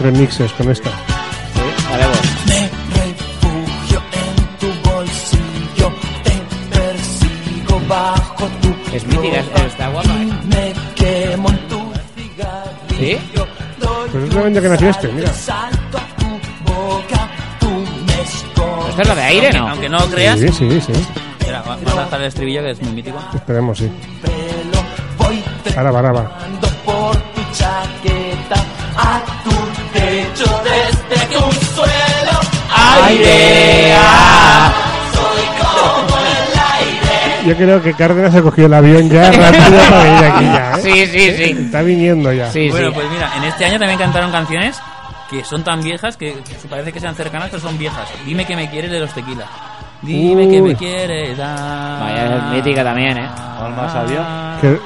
Speaker 2: remixes con esta.
Speaker 7: Vale, vos.
Speaker 5: Me refugio en tu bolsillo, te persigo bajo tu
Speaker 7: Es mítica,
Speaker 5: ropa.
Speaker 7: está guapa, ¿eh?
Speaker 5: Me quemo en tu cigarrillo. Doy
Speaker 2: Pues es la banda que nació este, mira.
Speaker 5: salto a tu boca, tú me escondes.
Speaker 7: ¿Esta es la de aire, no?
Speaker 6: Aunque no lo creas,
Speaker 2: Sí, sí, sí.
Speaker 6: Espera, va- vas a lanzar el estribillo que es muy mítico.
Speaker 2: Esperemos, sí.
Speaker 5: pelo, voy
Speaker 2: Ahora va, ahora va.
Speaker 5: trepando por tu chaqueta a tu techo desde tu suelo. Aire, ah, soy como el aire.
Speaker 2: Yo creo que Cárdenas ha cogido el avión ya rápido para venir aquí ya, ¿eh?
Speaker 7: Sí, sí, sí.
Speaker 2: Está viniendo ya.
Speaker 7: Sí,
Speaker 6: bueno,
Speaker 7: sí.
Speaker 6: pues mira, en este año también cantaron canciones que son tan viejas que parece que sean cercanas, pero son viejas. Dime que me quieres de los tequila. Dime que
Speaker 2: Uy.
Speaker 6: me quieres dar.
Speaker 7: Vaya, es mítica también, ¿eh?
Speaker 10: Alma sabia.
Speaker 2: Que-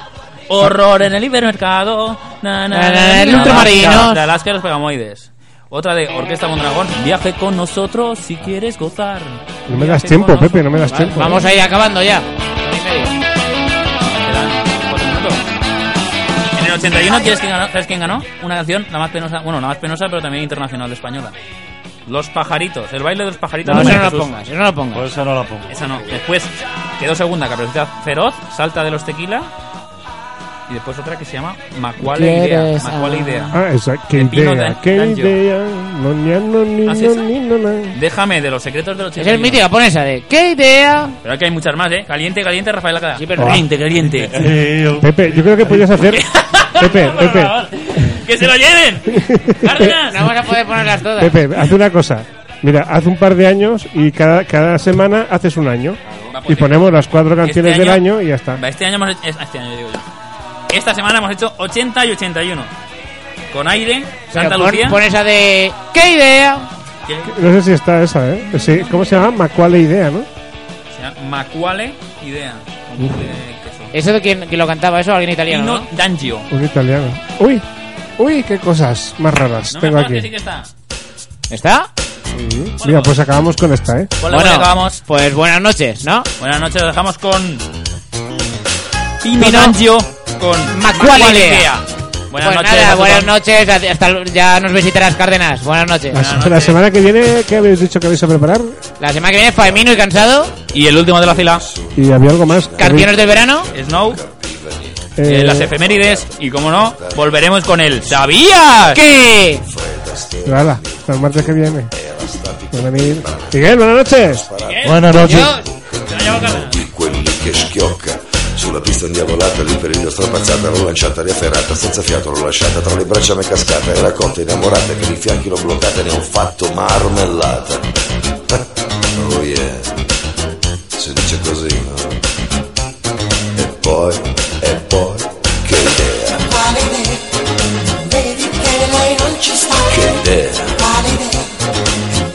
Speaker 6: Horror en el hipermercado. Na, na,
Speaker 7: Na, na,
Speaker 6: na,
Speaker 7: el
Speaker 6: na,
Speaker 7: ultramarinos.
Speaker 6: na, De Alaska y los pegamoides. Otra de Orquesta Mondragón. Viaje con nosotros si quieres gozar.
Speaker 2: No me
Speaker 6: Viaje
Speaker 2: das tiempo,
Speaker 6: con
Speaker 2: Pepe, no me
Speaker 6: nosotros.
Speaker 2: das tiempo.
Speaker 7: Vamos a ir acabando ya. Dos y medio.
Speaker 6: Quedan cuatro minutos. En el 81, ¿quieres quién ganó? ¿sabes quién ganó? Una canción, la más penosa, bueno, la más penosa, pero también internacional de española. Los pajaritos, el baile de los pajaritos.
Speaker 7: No,
Speaker 6: de
Speaker 7: eso no
Speaker 6: Jesús.
Speaker 7: lo pongas, eso no lo
Speaker 10: Por
Speaker 1: Pues,
Speaker 7: pongas.
Speaker 10: eso no la pongo.
Speaker 6: Esa no. Después quedó segunda, Caperucita Feroz, Salta de los Tequila. Y después otra que se llama Macuale Idea.
Speaker 7: ¿Quieres
Speaker 6: Macuale
Speaker 7: a-
Speaker 6: Idea.
Speaker 2: Ah, esa, qué
Speaker 6: De Pino
Speaker 2: idea,
Speaker 6: Dan-
Speaker 2: qué
Speaker 6: Danjo.
Speaker 2: idea. No, ni, a, no, ni,
Speaker 6: ¿Ah, sí,
Speaker 2: no,
Speaker 6: esa?
Speaker 2: ni, no, na.
Speaker 6: Déjame de los secretos de los
Speaker 7: Esa es mítica, pon esa de... ¿Qué idea?
Speaker 6: Pero aquí hay muchas más, ¿eh? Caliente, caliente, Rafael Lacada.
Speaker 7: Sí, pero-
Speaker 6: caliente, caliente.
Speaker 2: Pepe, yo creo que podías hacer. Pepe,
Speaker 6: Por
Speaker 2: Pepe,
Speaker 6: favor, ¡Que se lo lleven! ¡Cárdenas!
Speaker 7: No vamos a poder ponerlas todas.
Speaker 2: Pepe, haz una cosa. Mira, hace un par de años y cada, cada semana haces un año. Y ponemos las cuatro canciones
Speaker 6: Este
Speaker 2: del año y ya está.
Speaker 6: Va, Este año hemos hecho- Este año digo yo. Esta semana hemos hecho 80 y 81. Con aire,
Speaker 7: Pero
Speaker 6: Santa
Speaker 7: pon-
Speaker 6: Lucía.
Speaker 7: Pon esa de... ¿Qué idea?
Speaker 6: que
Speaker 2: No sé si está esa, ¿eh? Sí, ¿Cómo se llama? Macuale Idea, ¿no?
Speaker 6: se llama Macuale Idea. con dulce de queso.
Speaker 7: ¿Eso de quién, quién lo cantaba? ¿Eso alguien italiano,
Speaker 6: Pino
Speaker 7: no?
Speaker 6: D'Angio.
Speaker 2: Un italiano. Uy, uy, qué cosas más raras
Speaker 6: No me
Speaker 2: tengo
Speaker 6: jodas, que sí
Speaker 2: aquí.
Speaker 6: que está.
Speaker 7: ¿Está?
Speaker 2: Mira, pues acabamos con esta, ¿eh?
Speaker 6: Ponle, ponle, acabamos.
Speaker 7: pues buenas noches, ¿no?
Speaker 6: Buenas noches, lo dejamos con. Pino D'Angio con
Speaker 7: Macuale
Speaker 6: Macuale
Speaker 7: Idea.
Speaker 6: Idea. Buenas
Speaker 7: Pues
Speaker 6: noches.
Speaker 7: nada,
Speaker 6: a
Speaker 7: buenas
Speaker 6: todos.
Speaker 7: noches. Hasta, el- ya nos visitarás, Cárdenas. Buenas noches.
Speaker 2: La,
Speaker 6: Buenas noches.
Speaker 2: la semana que viene, ¿qué habéis dicho que vais a preparar?
Speaker 7: La semana que viene, Faemino y Cansado.
Speaker 6: Y el último de la fila,
Speaker 2: Y había algo más. que
Speaker 7: Canciones del verano.
Speaker 6: Snow,
Speaker 2: habéis-
Speaker 6: eh,
Speaker 2: eh,
Speaker 6: las efemérides y, como no, volveremos con el ¿Sabías?
Speaker 7: ¿Qué?
Speaker 2: pero hala, hasta el martes que viene. Van a venir. Miguel, buenas noches.
Speaker 1: Buenas noches.
Speaker 7: Dios.
Speaker 6: Se lo llevo Cárdenas.
Speaker 11: di quelli che schiocca sulla pista indiavolata lì per il mio strapazzata l'ho lanciata aria ferrata senza fiato l'ho lasciata tra le braccia m'è cascata era cotta innamorata che nei fianchi l'ho bloccata e ne ho fatto marmellata oh yeah si dice così no? e poi e poi che idea
Speaker 5: Quale idea? Vedi che lei non ci sta.
Speaker 11: che idea
Speaker 5: Quale idea?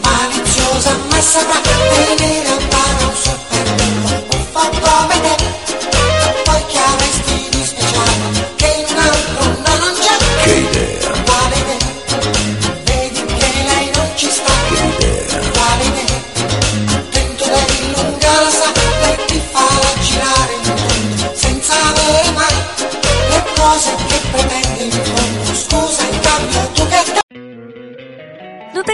Speaker 5: Maliziosa ma saprà tenere a mano un sorprendente. Un fatto a vedere. E poi che avresti di speciale che in un altro no, non c'è.
Speaker 11: che idea
Speaker 5: Quale idea? Vedi che lei non ci sta.
Speaker 11: che idea
Speaker 5: Quale idea? Dentro lei non casa, lei ti farà girare il mondo senza avere mai le cose che pretendi in fondo. Scusa, in cambio tu che
Speaker 12: ¿No te